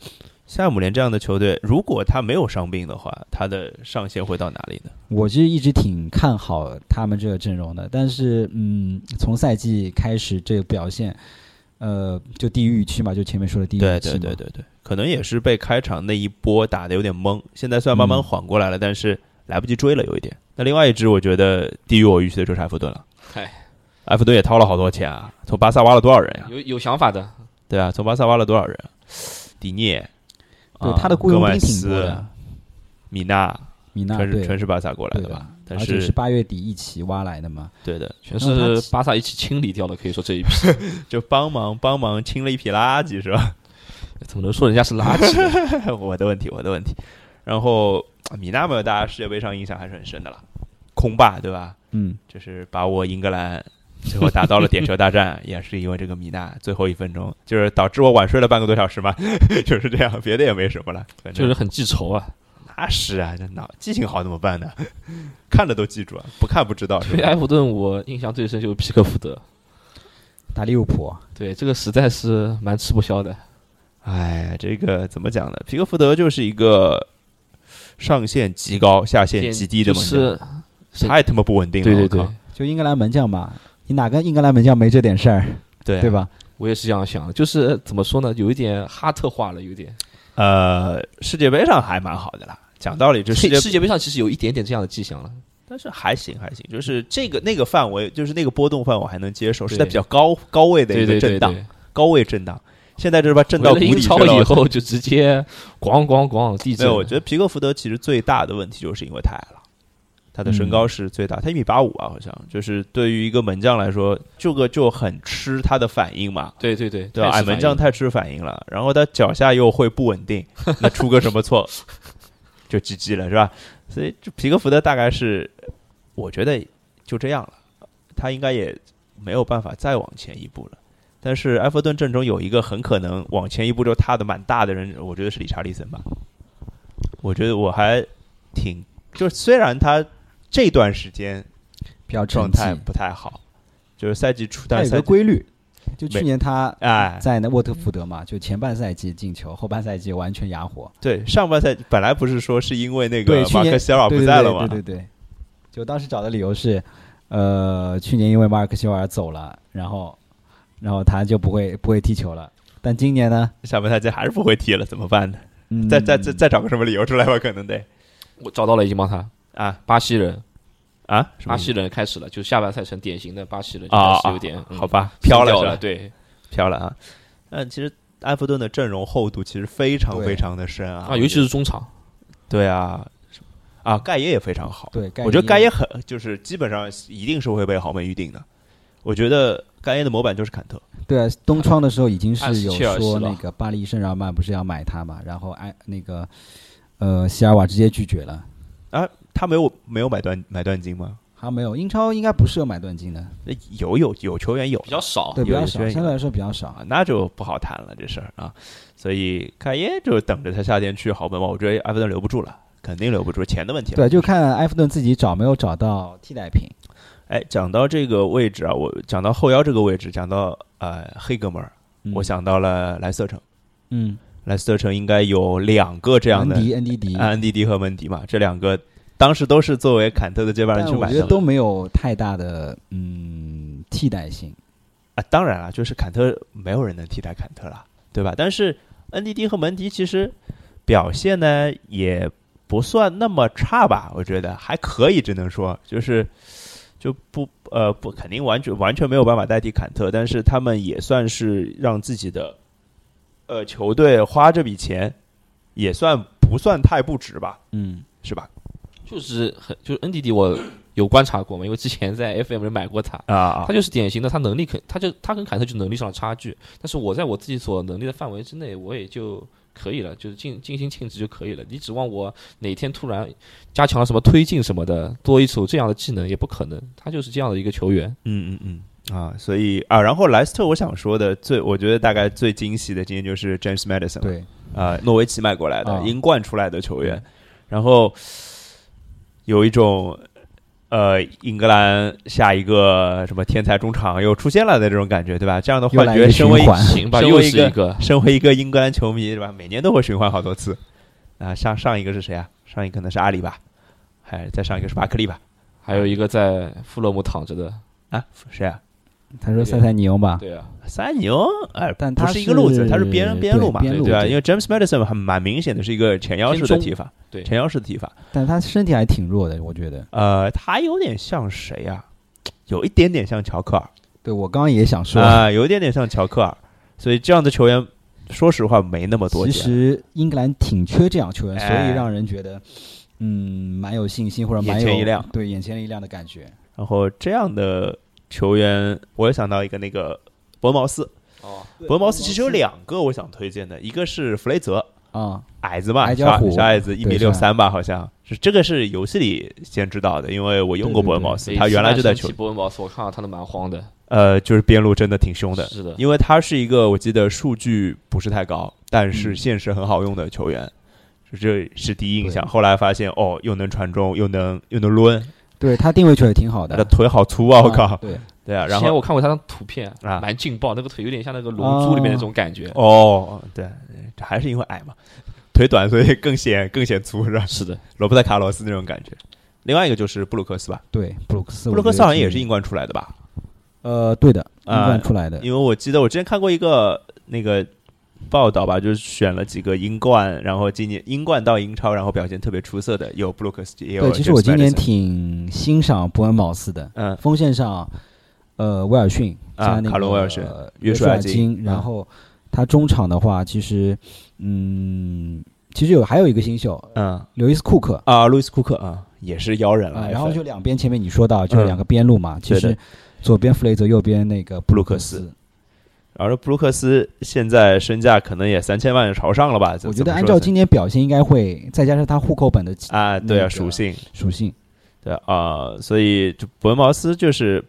A: 夏姆联这样的球队，如果他没有伤病的话，他的上限会到哪里呢？
C: 我是一直挺看好他们这个阵容的，但是嗯，从赛季开始这个表现，呃，就低于预期嘛，就前面说的低于
A: 对
C: 预期
A: 对
C: 嘛。
A: 对对对，可能也是被开场那一波打的有点懵，现在虽然慢慢
C: 嗯
A: 缓过来了，但是来不及追了有一点。那另外一支，我觉得低于我预期的就是埃弗顿了。
B: 哎，
A: 埃弗顿也掏了好多钱啊，从巴萨挖了多少人呀、
B: 有有想法的，
A: 对啊，从巴萨挖了多少人啊？迪涅，
C: 对
A: 啊
C: 他的雇佣
A: 戈麦
C: 兵挺多
A: 斯
C: 的，
A: 米纳，
C: 米纳
A: 全
C: 对
A: 是全是巴萨过来
C: 对
A: 的吧
C: 吧？？
A: 但
C: 而且是八月底一起挖来的嘛，
A: 对的，
B: 全
C: 然后
B: 是
C: 他
B: 巴萨一起清理掉的，可以说这 一批
A: 就帮忙帮忙清了一匹垃圾是吧？
B: 怎么能说人家是垃圾呢？
A: 我的问题，我的问题。然后米纳嘛，大家世界杯上印象还是很深的了，空霸对吧？
C: 嗯，
A: 就是把我英格兰最后打到了点球大战，也是因为这个米纳最后一分钟，就是导致我晚睡了半个多小时嘛， 就是这样，别的也没什么了。反
B: 这个
A: 正
B: 人很记仇啊！
A: 那是啊，这脑记性好怎么办呢？ 看着都记住啊，不看不知道是
B: 对
A: 吧？
B: 埃弗顿，我印象最深就是皮克福德，
C: 打利物浦，
B: 对这个实在是蛮吃不消的。
A: 哎，这个怎么讲呢？皮克福德就是一个上限极高、下限极低的
B: 就
A: 门将，
B: 是
A: 太他妈不稳定
B: 对
A: 了。
B: 对
A: 我
B: 对
A: 靠，
C: 就英格兰门将嘛，你哪个英格兰门将没这点事儿，
A: 对
C: 对？吧？
B: 我也是这样想的，就是怎么说呢，有一点哈特化了，有一点。
A: 呃，世界杯上还蛮好的啦。讲道理，就世
B: 世
A: 界，
B: 世界杯上其实有一点点这样的迹象了，
A: 但是还行还行，就是这个那个范围，就是那个波动范围我还能接受，是在
B: 对
A: 比较高高位的
B: 对
A: 一个
B: 对
A: 震
B: 对
A: 荡，
B: 对。
A: 高位震荡。现在这把震到
B: 回
A: 谷
B: 了
A: 底
B: 英
A: 去
B: 超
A: 了。
B: 以
A: 我
B: 后就直接咣咣咣地
A: 没
B: 震。
A: 哎有，我觉得皮克福德其实最大的问题就是因为太矮了，他的身
C: 嗯
A: 高是最大，他一米八五啊，好像就是对于一个门将来说，这个就很吃他的反应嘛，
B: 对对对，
A: 对吧？
B: 太
A: 矮
B: 吃反
A: 门将
B: 应了
A: 太吃反应了，然后他脚下又会不 稳定，那出个什么错就 GG 了，是吧？所以这皮克福德大概是，我觉得就这样了，他应该也没有办法再往前一步了。但是埃弗顿阵中有一个很可能往前一步就踏的蛮大的人，我觉得是理查利森吧。我觉得我还挺，就虽然他这段时间
C: 比较
A: 状
C: 成绩，
A: 态不太好，就是赛季初，
C: 它
A: 但
C: 有
A: 是
C: 个
A: 赛季
C: 规律，就去
A: 没
C: 年他
A: 哎
C: 在那沃特福德嘛，就前半赛季进球，后半赛季完全哑火。
A: 对，上半赛季本来不是说是因为那个
C: 对去
A: 马
C: 年
A: 克希尔瓦啊
C: 对
A: 不
C: 对
A: 在
C: 对
A: 了吗？
C: 对对对，就当时找的理由是，呃，去年因为马尔克希瓦尔走了，然后，然后他就不会不会踢球了。但今年呢，
A: 下半赛季还是不会踢了，怎么办呢？
C: 嗯，
A: 再再再再找个什么理由出来吧，可能得
B: 我找到了，已经帮他。
A: 啊
B: 巴西人，
A: 啊，什么
B: 巴西人开始了，就下半赛程典型的巴西人就
A: 啊
B: 开
A: 啊
B: 始有点、嗯
A: 好吧，飘
B: 松
A: 了
B: 掉
A: 是
B: 了，
A: 吧？
B: 对
A: 飘了啊。但其实埃弗顿的阵容厚度其实非常
C: 对
A: 非常的深啊，
B: 啊，尤其是中场，
A: 对对啊，啊，盖耶也非常好。
C: 对，
A: 我觉得盖耶很就是基本上一定是会被豪门预定的。我觉得盖耶的模板就是坎特，
C: 对啊，东窗的时候已经
A: 啊
B: 暗
C: 是
B: 示
C: 有
B: 切尔西
C: 说
B: 了
C: 那个巴黎圣日耳曼不是要买他嘛，然后埃那个呃席尔瓦直接拒绝了。
A: 他没有没有买断买断金吗？
C: 还没有，英超应该不适合买断金的，
A: 那有有有球员有
B: 比较少。
C: 对，比
A: 有
C: 较
A: 有
C: 少，
A: 些
C: 相对来说比较少。
A: 啊，那就不好谈了这事儿啊。所以盖耶就等着他夏天去豪门嘛，我觉得埃弗顿留不住了，肯定留不住，钱的问题了。
C: 对，就看埃弗顿自己找没有找到替代品。
A: 哎，讲到这个位置啊，我讲到后腰这个位置，讲到呃黑哥们儿，
C: 嗯
A: 我，想到了莱斯特城，
C: 嗯，
A: 莱斯特城应该有两个这样
C: 恩
A: 的呃
C: 迪恩迪迪，
A: 安迪迪和门迪嘛，这两个当时都是作为坎特的接班人
C: 但
A: 去
C: 我
A: 买
C: 觉
A: 的
C: 得
A: 嘛
C: 都没有太大的嗯替代性。
A: 啊，当然了，就是坎特没有人能替代坎特了，对吧？但是恩迪迪和门迪其实表现呢也不算那么差吧，我觉得还可以，只能说就是就不呃不肯定完全完全没有办法代替坎特，但是他们也算是让自己的呃球队花这笔钱也算不算太不值吧，
C: 嗯，
A: 是吧？
B: 就是很就是 NDD 我有观察过嘛，因为之前在 FM 里买过他，
A: 啊啊
B: 他就是典型的他能力肯，他就他跟凯特就能力上的差距，但是我在我自己所能力的范围之内，我也就可以了，就是尽尽心尽职就可以了。你指望我哪天突然加强了什么推进什么的，多一手这样的技能也不可能，他就是这样的一个球员。
A: 嗯嗯嗯啊，所以啊，然后莱斯特我想说的最，我觉得大概最惊喜的今天就是 James Madison 了
C: 对，
A: 啊，诺维奇买过来的
C: 啊
A: 英冠出来的球员，然后有一种呃，英格兰下一个什么天才中场又出现了的这种感觉，对吧？这样的
C: 又
A: 幻
C: 来一
A: 觉，身
C: 个循
A: 为
C: 环。
B: 行吧，
A: 身
B: 又
A: 为一
B: 是
A: 个
B: 一个
A: 身为一个英格兰球迷，对吧？每年都会循环好多次啊。上上一个是谁啊？上一个可能是阿里吧，还再上一个是巴克利吧？
B: 还有一个在富勒姆躺着的，
A: 啊，谁啊？
C: 他说塞塞尼翁吧，
B: 对啊，
A: 塞牛，哎，
C: 但
A: 不
C: 他
A: 是一个路子，
C: 是
A: 它是边边路嘛，
C: 对边路
A: 对吧？
C: 对
A: 因为 James Madison 很蛮明显的是一个前腰式的
B: 偏中
A: 踢法，
B: 对
A: 前腰式的踢法。
C: 但他身体还挺弱的，我觉得。
A: 呃，他有点像谁啊？有一点点像乔克尔
C: 对我刚刚也想说，
A: 啊、有一点点像乔克尔，所以这样的球员，说实话没那么多
C: 其
A: 见，
C: 实英格兰挺缺这样球员，所
A: 哎
C: 以让人觉得，嗯，蛮有信心或者蛮
A: 眼
C: 有
A: 前一亮，
C: 对眼前一亮的感觉。
A: 然后这样的球员，我又想到一个那个伯恩茅斯，
B: 哦，
A: 伯恩茅斯其实有两个我想推荐的，一个是弗雷泽，
C: 啊，
A: 矮子嘛，
C: 矮
A: 小
C: 脚虎
A: 小矮子一米
C: 对
A: 六
C: 是
A: 三吧，好像是这个是游戏里先知道的，因为我用过
C: 对对
A: 伯恩
C: 对
A: 茅斯，他原来就在球
B: 踢伯恩茅斯，我看到他都蛮慌的，
A: 呃，就是边路真的挺凶的，
B: 是的，
A: 因为他是一个我记得数据不是太高，但是
C: 嗯
A: 现实很好用的球员，就这是第一印象。
C: 对
A: 后来发现哦，又能传中，又能又能抡，
C: 对他定位球也挺好
A: 他
C: 的
A: 的。腿好粗啊！我
C: 啊
A: 靠，
C: 对，
A: 对啊，
B: 之
A: 然
B: 前
A: 后
B: 我看过他的图片，
A: 啊
B: 蛮劲爆，那个腿有点像那个《龙珠》里面那种感觉。
A: 哦，对，这还是因为矮嘛，腿短所以更显更显粗是吧？
B: 是的，
A: 罗伯特卡洛斯那种感觉。另外一个就是布鲁克斯吧，
C: 对，布鲁克斯，
A: 布鲁克斯好像也是
C: 英
A: 英冠出来的吧？
C: 呃，对的，英
A: 啊
C: 格兰出来的，
A: 因为我记得我之前看过一个那个报道吧，就是选了几个英冠，然后今年英冠到英超，然后表现特别出色的有布鲁克斯，也有
C: 对，其实我
A: James
C: 今年
A: Madison
C: 挺欣赏伯恩茅斯的，
A: 嗯
C: 锋线上，呃，威尔逊
A: 啊
C: 加那个
A: 卡伦威尔逊
C: 呃
A: 约
C: 约
A: 束
C: 束
A: 亚
C: 亚
A: 金
C: 金，
A: 嗯
C: 然后他中场的话，其实，嗯，其实有还有一个新秀，
A: 嗯
C: 刘易斯库克
A: 啊，路易斯库克啊也是妖人了，
C: 啊，
A: 还
C: 然后
A: 分
C: 就两边前面你说到，就
A: 嗯
C: 两个边路嘛，其
A: 对
C: 实
A: 的
C: 左边弗雷泽，右边那个布
A: 鲁
C: 鲁
A: 克
C: 克
A: 斯
C: 斯，
A: 然后布鲁克斯现在身价可能也三千万朝上了吧？怎
C: 我觉
A: 怎
C: 得
A: 么
C: 按
A: 说
C: 照
A: 呢
C: 今年表现，应该会再加上他户口本的
A: 啊，对啊，
C: 那个
A: 属性
C: 属性，
A: 对啊、所以就伯恩茅斯就是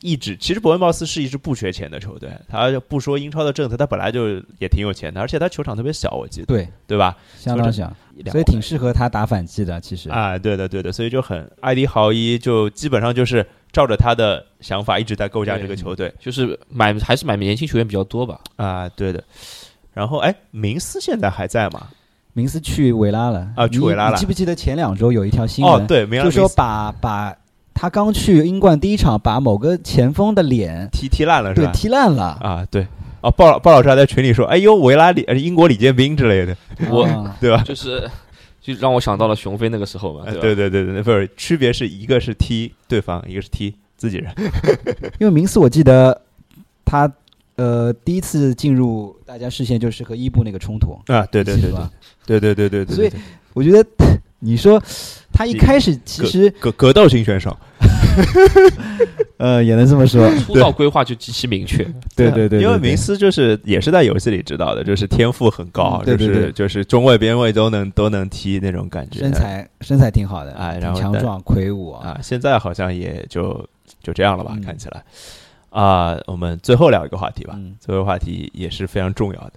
A: 一直，其实伯恩茅斯是一支不缺钱的球队，他不说英超的政策，他本来就也挺有钱的，而且他球场特别小，我记得
C: 对，
A: 对吧？
C: 相
A: 所以
C: 当
A: 这
C: 想，所以挺适合他打反击的，其实，
A: 啊，对的，对的，所以就很艾迪豪伊就基本上就是照着他的想法一直在构架这个球队
B: 就是买还是买年轻球员比较多吧。
A: 啊，对的。然后哎，明斯现在还在吗？
C: 明斯去维拉了
A: 啊去
C: 你
A: 维拉了
C: 你记不记得前两周有一条新闻？
A: 哦，对，明
C: 就
A: 明
C: 说
A: 斯
C: 把把他刚去英冠第一场把某个前锋的脸
A: 踢踢烂了是
C: 对
A: 吧？
C: 踢烂了。
A: 啊，对。哦，鲍老鲍老师还在群里说：“哎呦，维拉里呃英国李建斌之类的，
B: 我
C: 啊
A: 对 吧
B: 就是就让我想到了雄飞那个时候？”嘛，
A: 啊
B: 吧？
A: 对对对对，不是，区别是一个是踢对方，一个是踢自己人。
C: 因为明斯我记得他呃第一次进入大家视线就是和伊布那个冲突，
A: 啊，对对对
C: 记得吧
A: 对对对对对对，
C: 所以
A: 对
C: 我觉得你说他一开始其实
A: 格格斗型选手，
C: 呃也能这么说，
B: 出道规划就极其明确，
C: 对对对，
A: 因为
C: 对
A: 明斯就是也是在游戏里知道的，就是天赋很高，
C: 嗯对对
A: 就
C: 对
A: 是就是中卫边卫都能都能踢那种感觉，
C: 身材身材挺好的，
A: 啊哎然
C: 挺
A: 后
C: 强
A: 但
C: 壮魁梧啊，
A: 啊，现在好像也就就这样了吧，
C: 嗯
A: 看起来啊，我们最后聊一个话题吧，
C: 嗯
A: 最后一个话题也是非常重要的，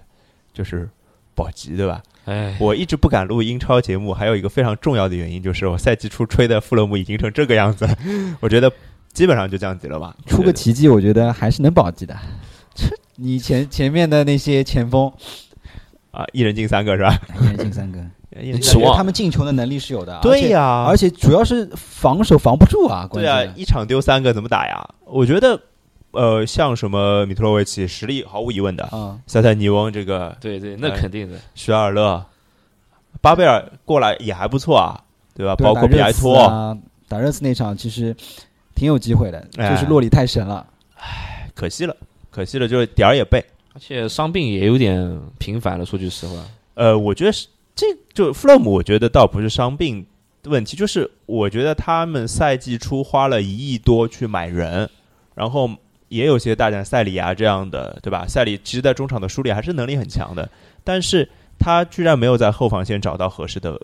A: 就是保级，对吧？
B: 哎，
A: 我一直不敢录英超节目，还有一个非常重要的原因就是我赛季初吹的富勒姆已经成这个样子 了，我觉得基本上就降级了吧。
C: 出
A: 觉
C: 个
A: 得
C: 奇迹，我觉得还是能保级 的。你前前面的那些前 锋，
A: 啊，一人进三个是 吧？
C: 一人进 哎三个，
A: 一
C: 你
A: 人进
C: 指
A: 三个
B: 指
C: 望
B: 望
C: 他们进球的能力是有的，
A: 对呀、
C: 而且，啊而且主要是防守防不住啊，关
A: 对啊
C: 键，
A: 一场丢三个怎么打呀？我觉得呃，像什么米特洛维奇实力毫无疑问的，
C: 啊，
A: 塞塞尼翁这个
B: 对对，那
A: 哎
B: 肯定的，
A: 徐尔勒、巴贝尔过来也还不错啊，对吧？
C: 对
A: 包括比埃托，
C: 打热刺啊打热刺那场其实挺有机会的，
A: 哎
C: 就是洛里太神了，
A: 可惜了，可惜了，就是点儿也背。
B: 而且伤病也有点频繁了，说句实话，
A: 呃，我觉得是这就弗勒姆，我觉得倒不是伤病问题，就是我觉得他们赛季初花了一亿多去买人，然后也有些大战塞里亚这样的，对吧？塞里其实在中场的梳理还是能力很强的，但是他居然没有在后防线找到合适 的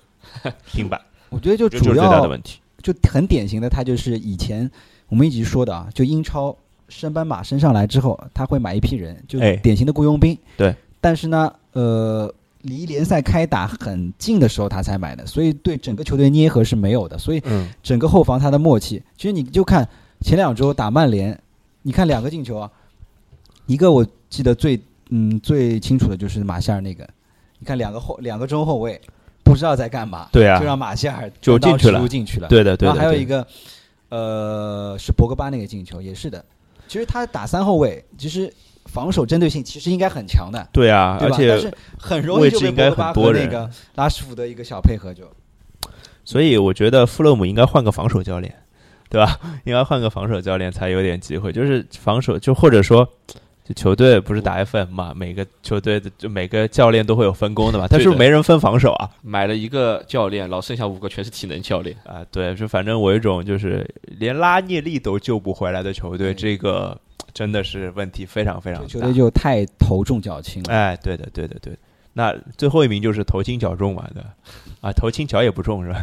A: 平板，
C: 我觉得就
A: 这就
C: 主
A: 是最大的
C: 要
A: 问题。
C: 就很典型的，他就是以前我们一直说的啊，就英超升班马升上来之后，他会买一批人，就
A: 哎
C: 典型的雇佣兵。
A: 对，
C: 但是呢，呃，离联赛开打很近的时候他才买的，所以对整个球队捏合是没有的，所以
A: 嗯，
C: 整个后防他的默契，其实你就看前两周打曼联，你看两个进球啊，一个我记得最嗯最清楚的就是马夏尔那个，你看两个后两个中后卫不知道在干嘛，
A: 对啊
C: 就，让马夏尔
A: 就
C: 单刀
A: 进去
C: 直入
A: 了
C: 进去了，
A: 对的，对
C: 然
A: 的。
C: 后还有
A: 对
C: 一个，呃，是博格巴那个进球，也是的。其实他打三后卫，其实防守针对性其实应该很强的，
A: 对啊，
C: 对
A: 而
C: 吧？
A: 且
C: 但是很容易就被博格巴和
A: 位置
C: 那
A: 应该
C: 个拉什福德一个小配合就。
A: 所以我觉得富勒姆应该换个防守教练，对吧？ 应该换个防守教练才有点机会。就是防守，就或者说，就球队不是打 FM 嘛，每个球队的就每个教练都会有分工的嘛。他是不
B: 对
A: 是
B: 的
A: 没人分防守啊？
B: 买了一个教练，然后剩下五个全是体能教练，
A: 啊，对，就反正我有一种就是连拉涅利都救不回来的球队，
C: 嗯
A: 这个真的是问题非常非
C: 这
A: 常
C: 个球队
A: 大。
C: 就太头重脚轻了，
A: 哎，对的，对的，对的。那最后一名就是头轻脚重嘛，对吧？啊，头轻脚也不重是吧？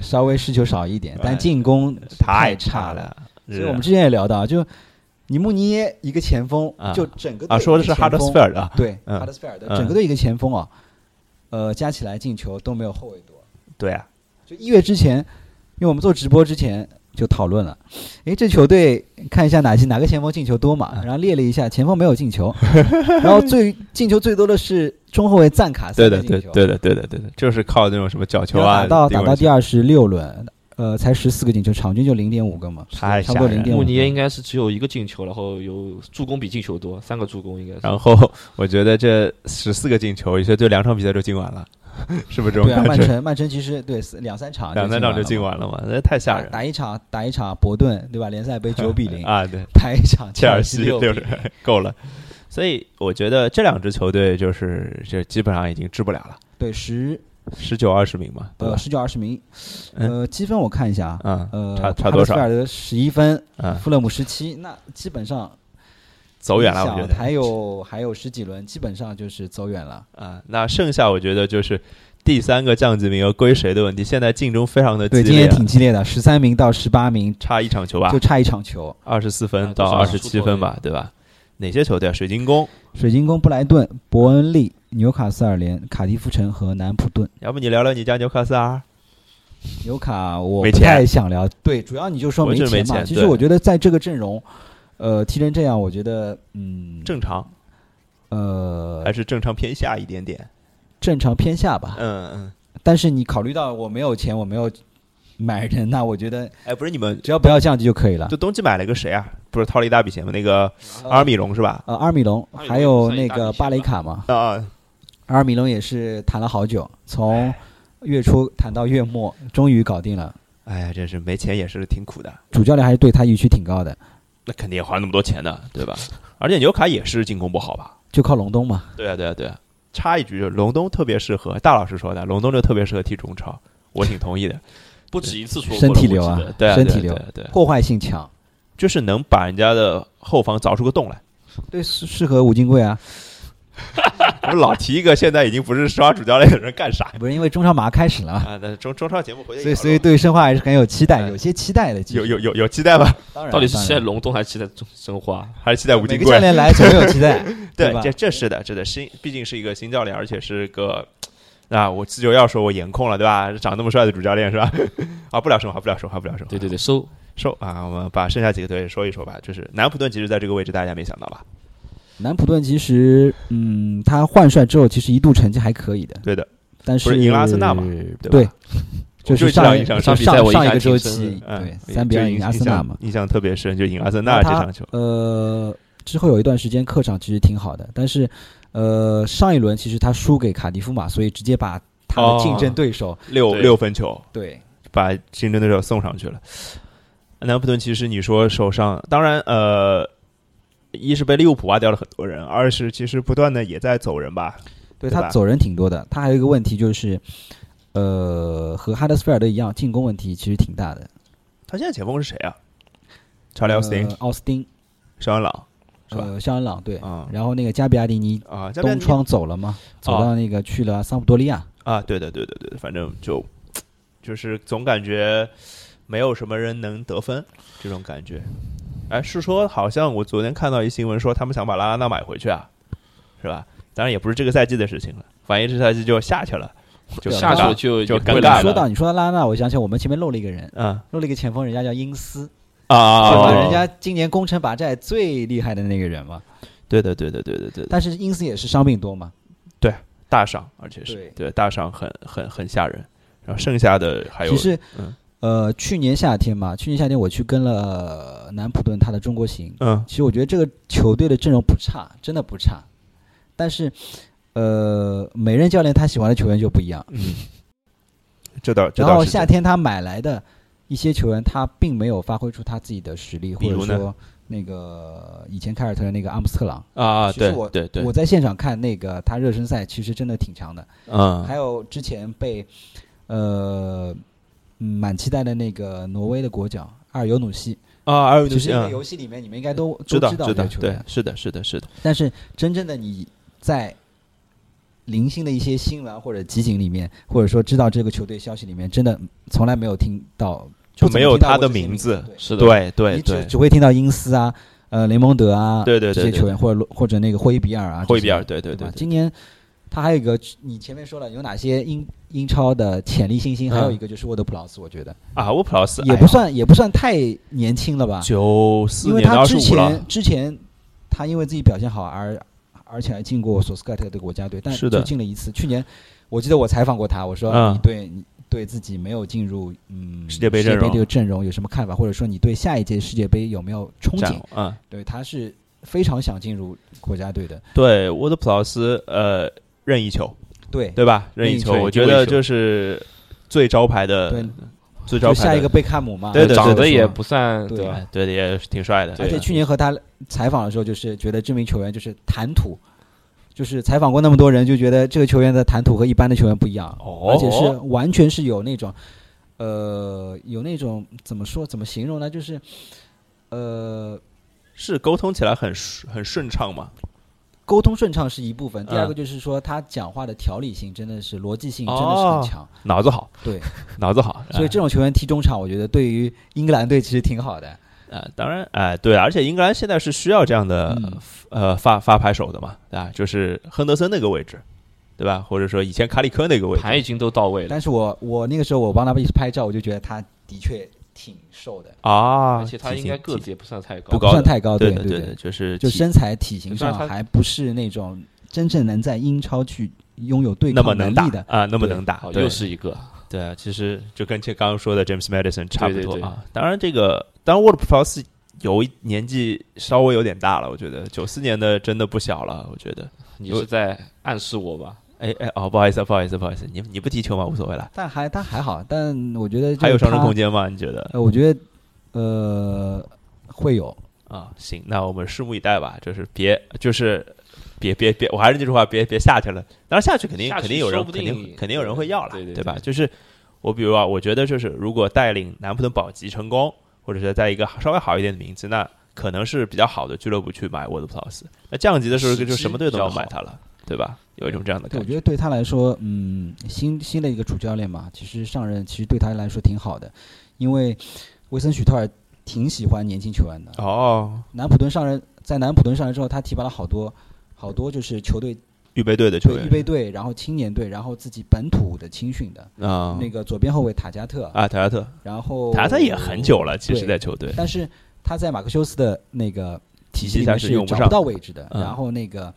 C: 稍微失球少一点，
A: 哎
C: 但进攻
A: 太
C: 差
A: 差。了。
C: 所
A: 是
C: 以我们之前也聊到，就尼穆尼耶一个前锋
A: 啊，
C: 就整个队
A: 啊，说的是
C: 一个
A: 哈
C: 前
A: 德
C: 锋
A: 斯菲尔德啊，
C: 对
A: 嗯
C: 哈德斯菲尔德
A: 嗯
C: 整个队一个前锋啊，呃，加起来进球都没有后卫多。
A: 对啊，
C: 就一月之前，因为我们做直播之前就讨论了，诶，这球队看一下哪些哪个前锋进球多
A: 嗯
C: 嘛，然后列了一下，前锋没有进球，然后最进球最多的是中后卫赞卡
A: 对
C: 三个
A: 的，
C: 进球，
A: 对对的，对的，对的，就是靠那种什么角球
C: 然后
A: 啊，
C: 打到
A: 定
C: 打
A: 位
C: 到
A: 球
C: 第二十六轮，呃，才十四个进球，场均就零点五个嘛，
A: 太
C: 差
A: 吓
C: 不多
A: 人
C: 零
A: 了
C: 点
B: 穆
C: 五。
B: 尼耶应该是只有一个进球，然后有助攻比进球多，三个助攻应该是。
A: 然后 我觉得这十四个进球，有些队两场比赛就进完了， 是不是这种
C: 对啊，
A: 感
C: 曼
A: 觉？
C: 城啊曼城其实对四两三场
A: 两三场就进
C: 了
A: 完了嘛，那太吓
C: 嘛，打
A: 人了。
C: 打一场打一场博顿对吧？联赛杯九比零，
A: 啊！对，
C: 打一场
A: 切尔
C: 尔
A: 西
C: 六
A: 六人够了。所以我觉得这两支球队就是就基本上已经治不了了，
C: 对十
A: 十九二十名嘛，对
C: 呃
A: 吧？
C: 十九二十名，
A: 嗯
C: 呃积分我看一下啊，
A: 嗯
C: 呃，
A: 差差
C: 哈德
A: 多
C: 斯
A: 少
C: 菲尔德十一分，
A: 嗯，
C: 富勒姆十七，那基本上
A: 走远了，
C: 你
A: 我觉
C: 想
A: 得。
C: 还有还有十几轮，基本上就是走远了。
A: 啊，那剩下我觉得就是第三个降级名额归谁的问题，现在竞争非常的激
C: 对，今
A: 烈
C: 天
A: 啊，
C: 挺激烈的，十三名到十八名
A: 差一场球吧
C: 就，差一场球。
A: 二十四分
B: 啊
A: 到二
C: 都
A: 十
B: 是
A: 七
B: 出头
A: 分
B: 的
A: 吧，对吧？哪些球队啊？水晶宫，
C: 水晶宫、布莱顿、伯恩利、纽卡斯尔联、卡迪夫城和南普顿。
A: 要不你聊聊你家纽卡斯尔？
C: 纽卡我
A: 没
C: 不
A: 钱
C: 太想聊，对，主要你就说
A: 我
C: 没
A: 就是没
C: 嘛。
A: 钱
C: 其实
A: 对
C: 我觉得在这个阵容，呃，踢成这样，我觉得嗯，
A: 正常
C: 呃
A: 还是正常偏下一点点？
C: 正常偏下吧。
A: 嗯嗯。
C: 但是你考虑到我没有钱，我没有买人，那我觉得
A: 哎，不是你们
C: 只要不要降级就可以了。
A: 就冬季买了个谁啊？不是掏了一大笔钱吗？那个阿尔米隆是吧？
C: 呃，阿尔米隆
B: 阿尔米隆
C: 还有
B: 算
C: 那
B: 一大笔
C: 个
B: 钱
C: 巴雷
B: 吧
C: 卡嘛，
A: 啊，
C: 阿尔米隆也是谈了好久，从月初谈到月末，终于搞定了。
A: 哎呀，真是没钱也是挺苦的。
C: 主教练还是对他预期挺高的，
A: 那肯定也花那么多钱的，对吧？而且纽卡也是进攻不好吧？
C: 就靠隆东嘛。
A: 对啊，对啊，对啊。插一句，就是隆东特别适合，大老师说的，隆东就特别适合踢中超。我挺同意的。
B: 不止一次说过了
C: 身体流啊
B: 我记得，
A: 对啊，
C: 身
A: 对啊
C: 体流
A: 对啊对啊，
C: 破坏性强，
A: 就是能把人家的后防凿出个洞来。
C: 对，适适合吴金贵啊，
A: 我们老提一个，现在已经不是刷主教练的人干啥
C: 不是因为中超马上开始了嘛，
A: 啊？那中中超节目回去
C: 所以
A: 也
C: 所以对申花还是很有期待，有些期待的。其实
A: 有有有有期待吧？
C: 当然
B: 到底是
C: 当然
B: 期待龙东还是期待中申花？
A: 还是期待吴
C: 每
A: 金
C: 个教
A: 贵？
C: 练来总有期待，
A: 对，
C: 吧
A: 这？这是的，这的新，毕竟是一个新教练，而且是个啊，我自就要说我颜控了，对吧？长那么帅的主教练是吧？ 啊，不聊申花，不聊申花，不聊申花。
B: 对对对，收
A: 收啊，我们把剩下几个队说一说吧。就是南普顿，其实在这个位置大家没想到吧？
C: 南普顿其实，嗯，他换帅之后，其实一度成绩还可以的，
A: 对的，
C: 但
A: 不是赢了阿森纳嘛对吧
C: 对，就是上
A: 就这场
C: 就
B: 比赛
C: 上
B: 我
C: 上
B: 印
C: 一
B: 象
C: 个周
B: 挺深
C: 期，
A: 嗯，
C: 对，
A: 也
C: 三比
A: 就
C: 二
A: 印
C: 赢阿
A: 印
C: 森纳
A: 象
C: 嘛。
A: 印象特别深，就赢阿森纳这场球。
C: 呃，之后有一段时间客场其实挺好的，但是呃，上一轮其实他输给卡迪夫嘛，所以直接把他的竞争对手、
A: 六
B: 对
A: 六分球
C: 对
A: 把竞争对手送上去了。南普顿其实你说手上，当然呃，一是被利物浦挖掉了很多人，二是其实不断的也在走人吧。
C: 对
A: 对吧
C: 他走人挺多的。他还有一个问题就是，呃，和哈德斯菲尔德一样，进攻问题其实挺大的。
A: 他现在前锋是谁啊？查理奥斯汀
C: 呃、、奥斯汀，
A: 肖恩朗是吧？
C: 呃，肖恩朗对，
A: 啊
C: 然后那个加比亚迪尼
A: 啊，加比亚
C: 东
A: 尼
C: 窗走了嘛，走到那个去了桑普多利亚。
A: 啊，对的，对的，对的，反正就就是总感觉没有什么人能得分这种感觉。哎，是说好像我昨天看到一新闻说他们想把拉拉纳买回去啊，是吧？当然也不是这个赛季的事情了，反正这赛季就下去了，就
C: 对啊
B: 下去
A: 去
B: 了就
A: 啊就
B: 也不会
A: 尴尬了
B: 来
C: 你说到你说到拉纳，我想起来我们前面漏了一个人，
A: 嗯
C: 漏了一个前锋，人家叫英斯，
A: 啊
C: 对吧？
A: 啊，
C: 人家今年攻城拔寨最厉害的那个人嘛。
A: 对的，对的，对的，对的，
C: 但是因斯也是伤病多嘛，
A: 大伤，而且是
C: 对
A: 对大伤很很很吓人。然后剩下的还有
C: 其实
A: 嗯
C: 呃去年夏天嘛，去年夏天我去跟了呃南普顿他的中国行，
A: 嗯
C: 其实我觉得这个球队的阵容不差，真的不差，但是呃每任教练他喜欢的球员就不一样，
A: 嗯，这倒这
C: 然
A: 倒
C: 后
A: 是真
C: 夏
A: 的
C: 天他买来的一些球员他并没有发挥出他自己的实力，
A: 比
C: 或
A: 如
C: 者
A: 呢
C: 说那个以前凯尔特人那个阿姆斯特朗。
A: 啊，
C: 其实
A: 对
C: 我
A: 对对
C: 我，在现场看那个他热身赛，其实真的挺强的。
A: 嗯
C: 还有之前被呃嗯蛮期待的那个挪威的国脚阿尔尤努西，
A: 啊，还有就
C: 其实
A: 是
C: 这个
A: 嗯
C: 游戏里面你们应该都
A: 知
C: 都
A: 道
C: 知道
A: 知
C: 这
A: 道
C: 个，球
A: 对
C: 员，，
A: 是的，是的，是的，
C: 但是真正的你在。零星的一些新闻或者集锦里面，或者说知道这个球队消息里面，真的从来没有听到，
A: 就
C: 不怎么
A: 没有
C: 听到
A: 他的
C: 过这些
A: 名
C: 名
A: 字
C: 对
B: 是的，
A: 对对
C: 你只
A: 对，
C: 只会听到因斯啊、呃雷蒙德啊，
A: 对对对
C: 这
A: 对
C: 些球员，或者或者那个霍伊比尔啊，
A: 霍伊比尔，
C: 这些
A: 对对
C: 对
A: 对
C: 吧？
A: 对
C: 今年他还有一个，你前面说了有哪些英英超的潜力新星，
A: 嗯
C: 还有一个就是沃德普劳斯，我觉得
A: 啊，沃普劳斯
C: 也不算也不算太年轻了吧，
A: 九四
C: 因为
A: 年
C: 他
A: 到二十
C: 之
A: 五了
C: 前，之前他因为自己表现好而而且还进过索斯盖特的国家队，但
A: 是的
C: 就进了一次。去年我记得我采访过他，我说
A: 嗯
C: 你对、你对自己没有进入嗯
A: 世界杯阵容
C: 这个阵容有什么看法，或者说你对下一届世界杯有没有憧
A: 战
C: 憬？
A: 嗯，
C: 对，他是非常想进入国家队的，
A: 对，沃德普劳斯呃，任意球
C: 对
A: 对吧？任意
C: 任意
A: 球，
B: 球
A: 我
B: 一
A: 觉
B: 位
A: 得
B: 球
A: 就是最招牌的
C: 对，
A: 最招
C: 就
A: 牌
C: 下一
A: 的
C: 个，贝克汉姆嘛，
A: 对的
B: 呃长
A: 对
B: 得
A: 的
B: 也啊不算
C: 对
B: 对吧？
A: 哎对的，也挺帅的，
C: 而
A: 对
C: 且
A: 的
C: 去年和他采访的时候，就是觉得这名球员就是谈吐，就是采访过那么多人，就觉得这个球员的谈吐和一般的球员不一样，
A: 哦
C: 而且是完全是有那种，呃，有那种怎么说怎么形容呢？就是，呃，
A: 是沟通起来很顺很顺畅嘛，
C: 沟通顺畅是一部分，第二
A: 嗯
C: 个就是说他讲话的条理性真的是逻辑性真的是
A: 哦
C: 很强，
A: 脑子好，
C: 对，
A: 脑子好，
C: 所以这种球员踢中场，我觉得对于英格兰队其实挺好的，
A: 啊，当然，哎、对，而且英格兰现在是需要这样的、
C: 嗯
A: 呃发发牌手的嘛，对吧？就是亨德森那个位置，对吧？或者说以前卡里科那个位置，
B: 盘已经都到位了，
C: 但是我我那个时候我帮他们一起拍照，我就觉得他的确挺瘦的，
A: 啊，
B: 而且他
A: 体
B: 应
A: 型
B: 该个
A: 体
B: 子也不算太
A: 不
B: 高，
C: 不
A: 高
C: 算
A: 的
C: 太高，
A: 对
C: 啊对
A: 对
C: 对
A: 的，。就是
C: 就
A: 体
C: 身材体型
B: 虽然
C: 上
B: 他
C: 还不是那种真正能在英超去拥有对
A: 那么
C: 抗能
A: 能打
C: 力的。
A: 啊，那么
C: 对
A: 能打
B: 好，
A: 对
B: 又是一个
A: 对啊，其实就跟这刚刚说的 James Madison 差不
B: 对
A: 多
B: 对
A: 啊。当然，这个当然沃德普劳斯有一年纪稍微有点大了，我觉得九四年的真的不小了，我觉得。
B: 你是在暗示我吧？
A: 哎哎哦，不好意思，不好意思，不好意思，你你不踢球吗？无所谓了，
C: 但还但还好，但我觉得
A: 还有上升空
C: 间。
A: 间吗？你觉得？
C: 呃，我觉得呃会有，
A: 啊，行，那我们拭目以待吧。就是别，就是别别别，我还是那句话，别别下去了。当然下去肯定
B: 下去
A: 肯定有人，
B: 说不
A: 肯
B: 定
A: 定肯定有人会要了，
B: 对对对
A: 吧？就是我比如啊，我觉得就是如果带领南普顿保级成功，或者是在一个稍微好一点的名字，那可能是比较好的俱乐部去买沃德普劳斯。那降级的时候
B: 时机
A: 就什么队都
B: 比
A: 能
B: 较好
A: 买他了，对吧？有一种这样的
C: 对，
A: 感
C: 我觉得对他来说，嗯，新新的一个主教练嘛，其实上任其实对他来说挺好的，因为威森许特尔挺喜欢年轻球员的。
A: 哦，
C: 南普顿上任，在南普顿上任之后，他提拔了好多好多就是球队
A: 预备队的球
C: 对预
A: 员
C: 备队，然后青年队，然后自己本土的青训的。
A: 啊
C: 那个左边后卫塔加特，
A: 啊，塔亚特，
C: 然后
A: 塔亚特也很久了，其实
C: 对
A: 在球队
C: 但是他在马克修斯的那个体
A: 体
C: 系
A: 系
C: 里
A: 下
C: 面
A: 是
C: 是
A: 用不
C: 找
A: 上
C: 不到位置的。
A: 嗯
C: 然后那个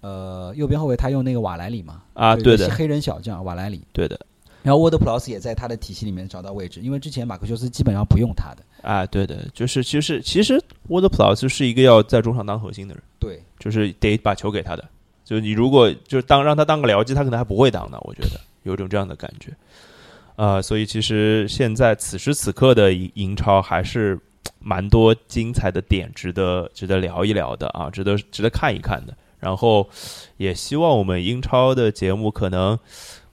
C: 呃右边后卫他用那个瓦莱里嘛，
A: 啊，
C: 就
A: 对
C: 一个
A: 的，
C: 黑人小将瓦莱里。
A: 对的
C: 然后沃德普劳斯也在他的体系里面找到位置，因为之前马克修斯基本上不用他的。
A: 啊，对的，就是其实其实沃德普劳斯是一个要在中场当核心的人。
C: 对，
A: 就是得把球给他的。就是你如果就是当让他当个僚机，他可能还不会当呢。我觉得有一种这样的感觉。呃，所以其实现在此时此刻的英英超还是蛮多精彩的点，值得值得聊一聊的啊，值得值得看一看的。然后也希望我们英超的节目可能。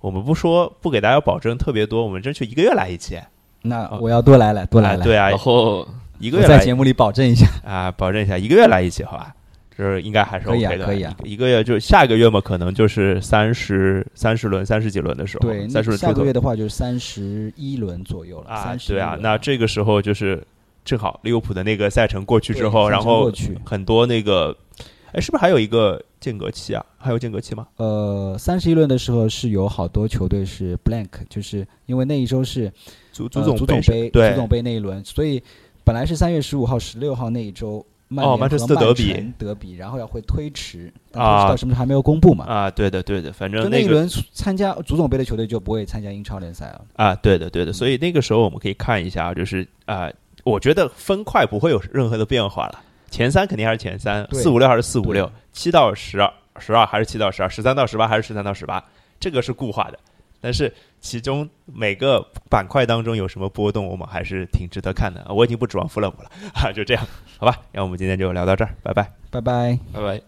A: 我们不说，不给大家保证特别多，我们争取一个月来一期。
C: 那
A: 哦
C: 我要多来来，多来
A: 哎
C: 来。
A: 对啊
B: 然，后
A: 一个
C: 我
A: 月
C: 在
A: 来一
C: 节目里保证一下，
A: 啊，保证一下，一个月来一期，好吧？就是应该还是
C: 可
A: OK
C: 以啊
A: 的吧，
C: 可以啊
A: 一个一个月就下个月嘛，可能就是三十三十轮、三十几轮的时候，
C: 对，
A: 三十
C: 那
A: 轮
C: 下
A: 出
C: 个
A: 头
C: 月的话就是三十一轮左右了，
A: 啊
C: 三，十
A: 对啊，那这个时候就是正好利物浦的那个赛程过去之
C: 对
A: 后，
C: 赛
A: 然
C: 程过
A: 后
C: 去
A: 很多那个，哎，是不是还有一个间隔期啊？还有间隔期吗？
C: 呃三十一轮的时候是有好多球队是 blank，就是因为那一周是
A: 足
C: 呃
A: 总
C: 足总
A: 是
C: 杯
A: 对
C: 足总杯那一轮，所以本来是三月十五号、十六号那一周。曼
A: 哦
C: 联
A: 曼彻斯
C: 和
A: 特德
C: 曼
A: 比
C: 城德比，然后要会推迟，但
A: 啊
C: 推迟到什么时候还没有公布嘛？
A: 啊，对的对的，反
C: 就
A: 正
C: 那一
A: 个
C: 轮参加足总杯的球队就不会参加英超联赛了。
A: 啊，对的
C: 嗯
A: 对的，所以那个时候我们可以看一下，就是啊，我觉得分块不会有任何的变化了，前三肯定还是前三，
C: 对
A: 四五六还是四五
C: 对
A: 六，七到十二，十二还是七到十二，十三到十八还是十三到十八，这个是固化的。但是其中每个板块当中有什么波动，我们还是挺值得看的。我已经不指望弗勒姆了， 啊，就这样，好吧？那我们今天就聊到这儿，拜拜。
C: 拜拜。
B: 拜拜。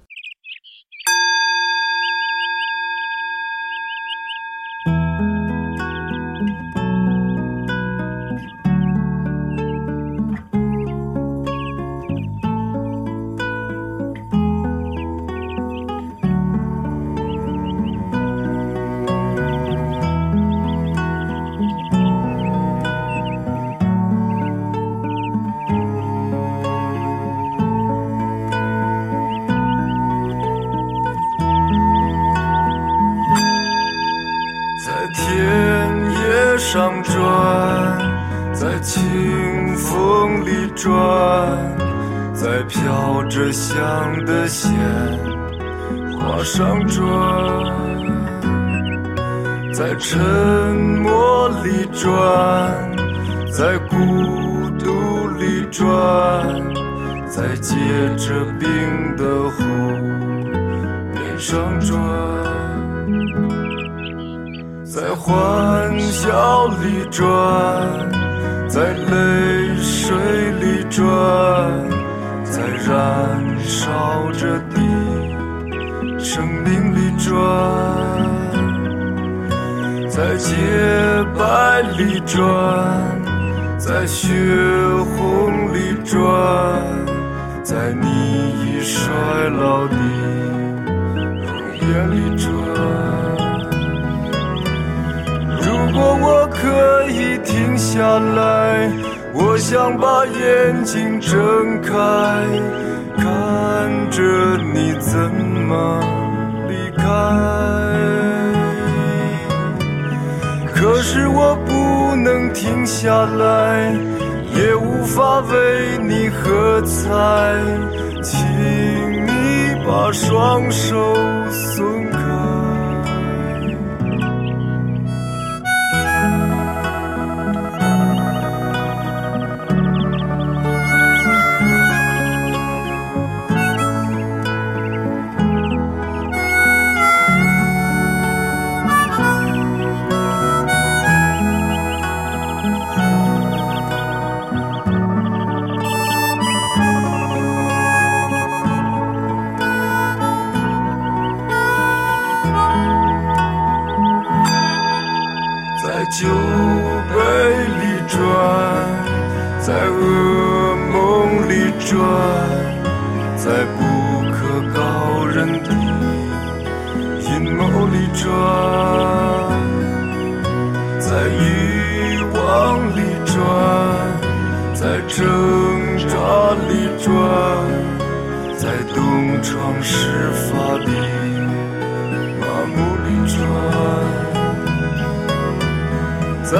D: 在田野上转，在清风里转，在飘着香的鲜花上转，在沉默里转，在孤独里转，在结着冰的湖面上转。在欢笑里转，在泪水里转，在燃烧着的生命里转，在洁白里转，在血红里转，在你已衰老的容颜里转。如果我可以停下来，我想把眼睛睁开，看着你怎么离开。可是我不能停下来，也无法为你喝彩，请你把双手松开。在酒在不可告人的阴谋里转，在欲望里转，在挣扎里转，在东窗事发的麻木里转。在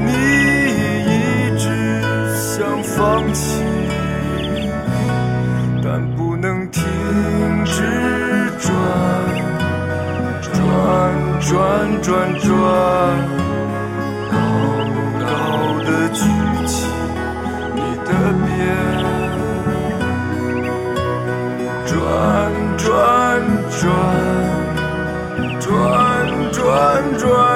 D: 你一直想放弃。但不能停止转，转转转转，高高的举起你的鞭，转转转，转转转。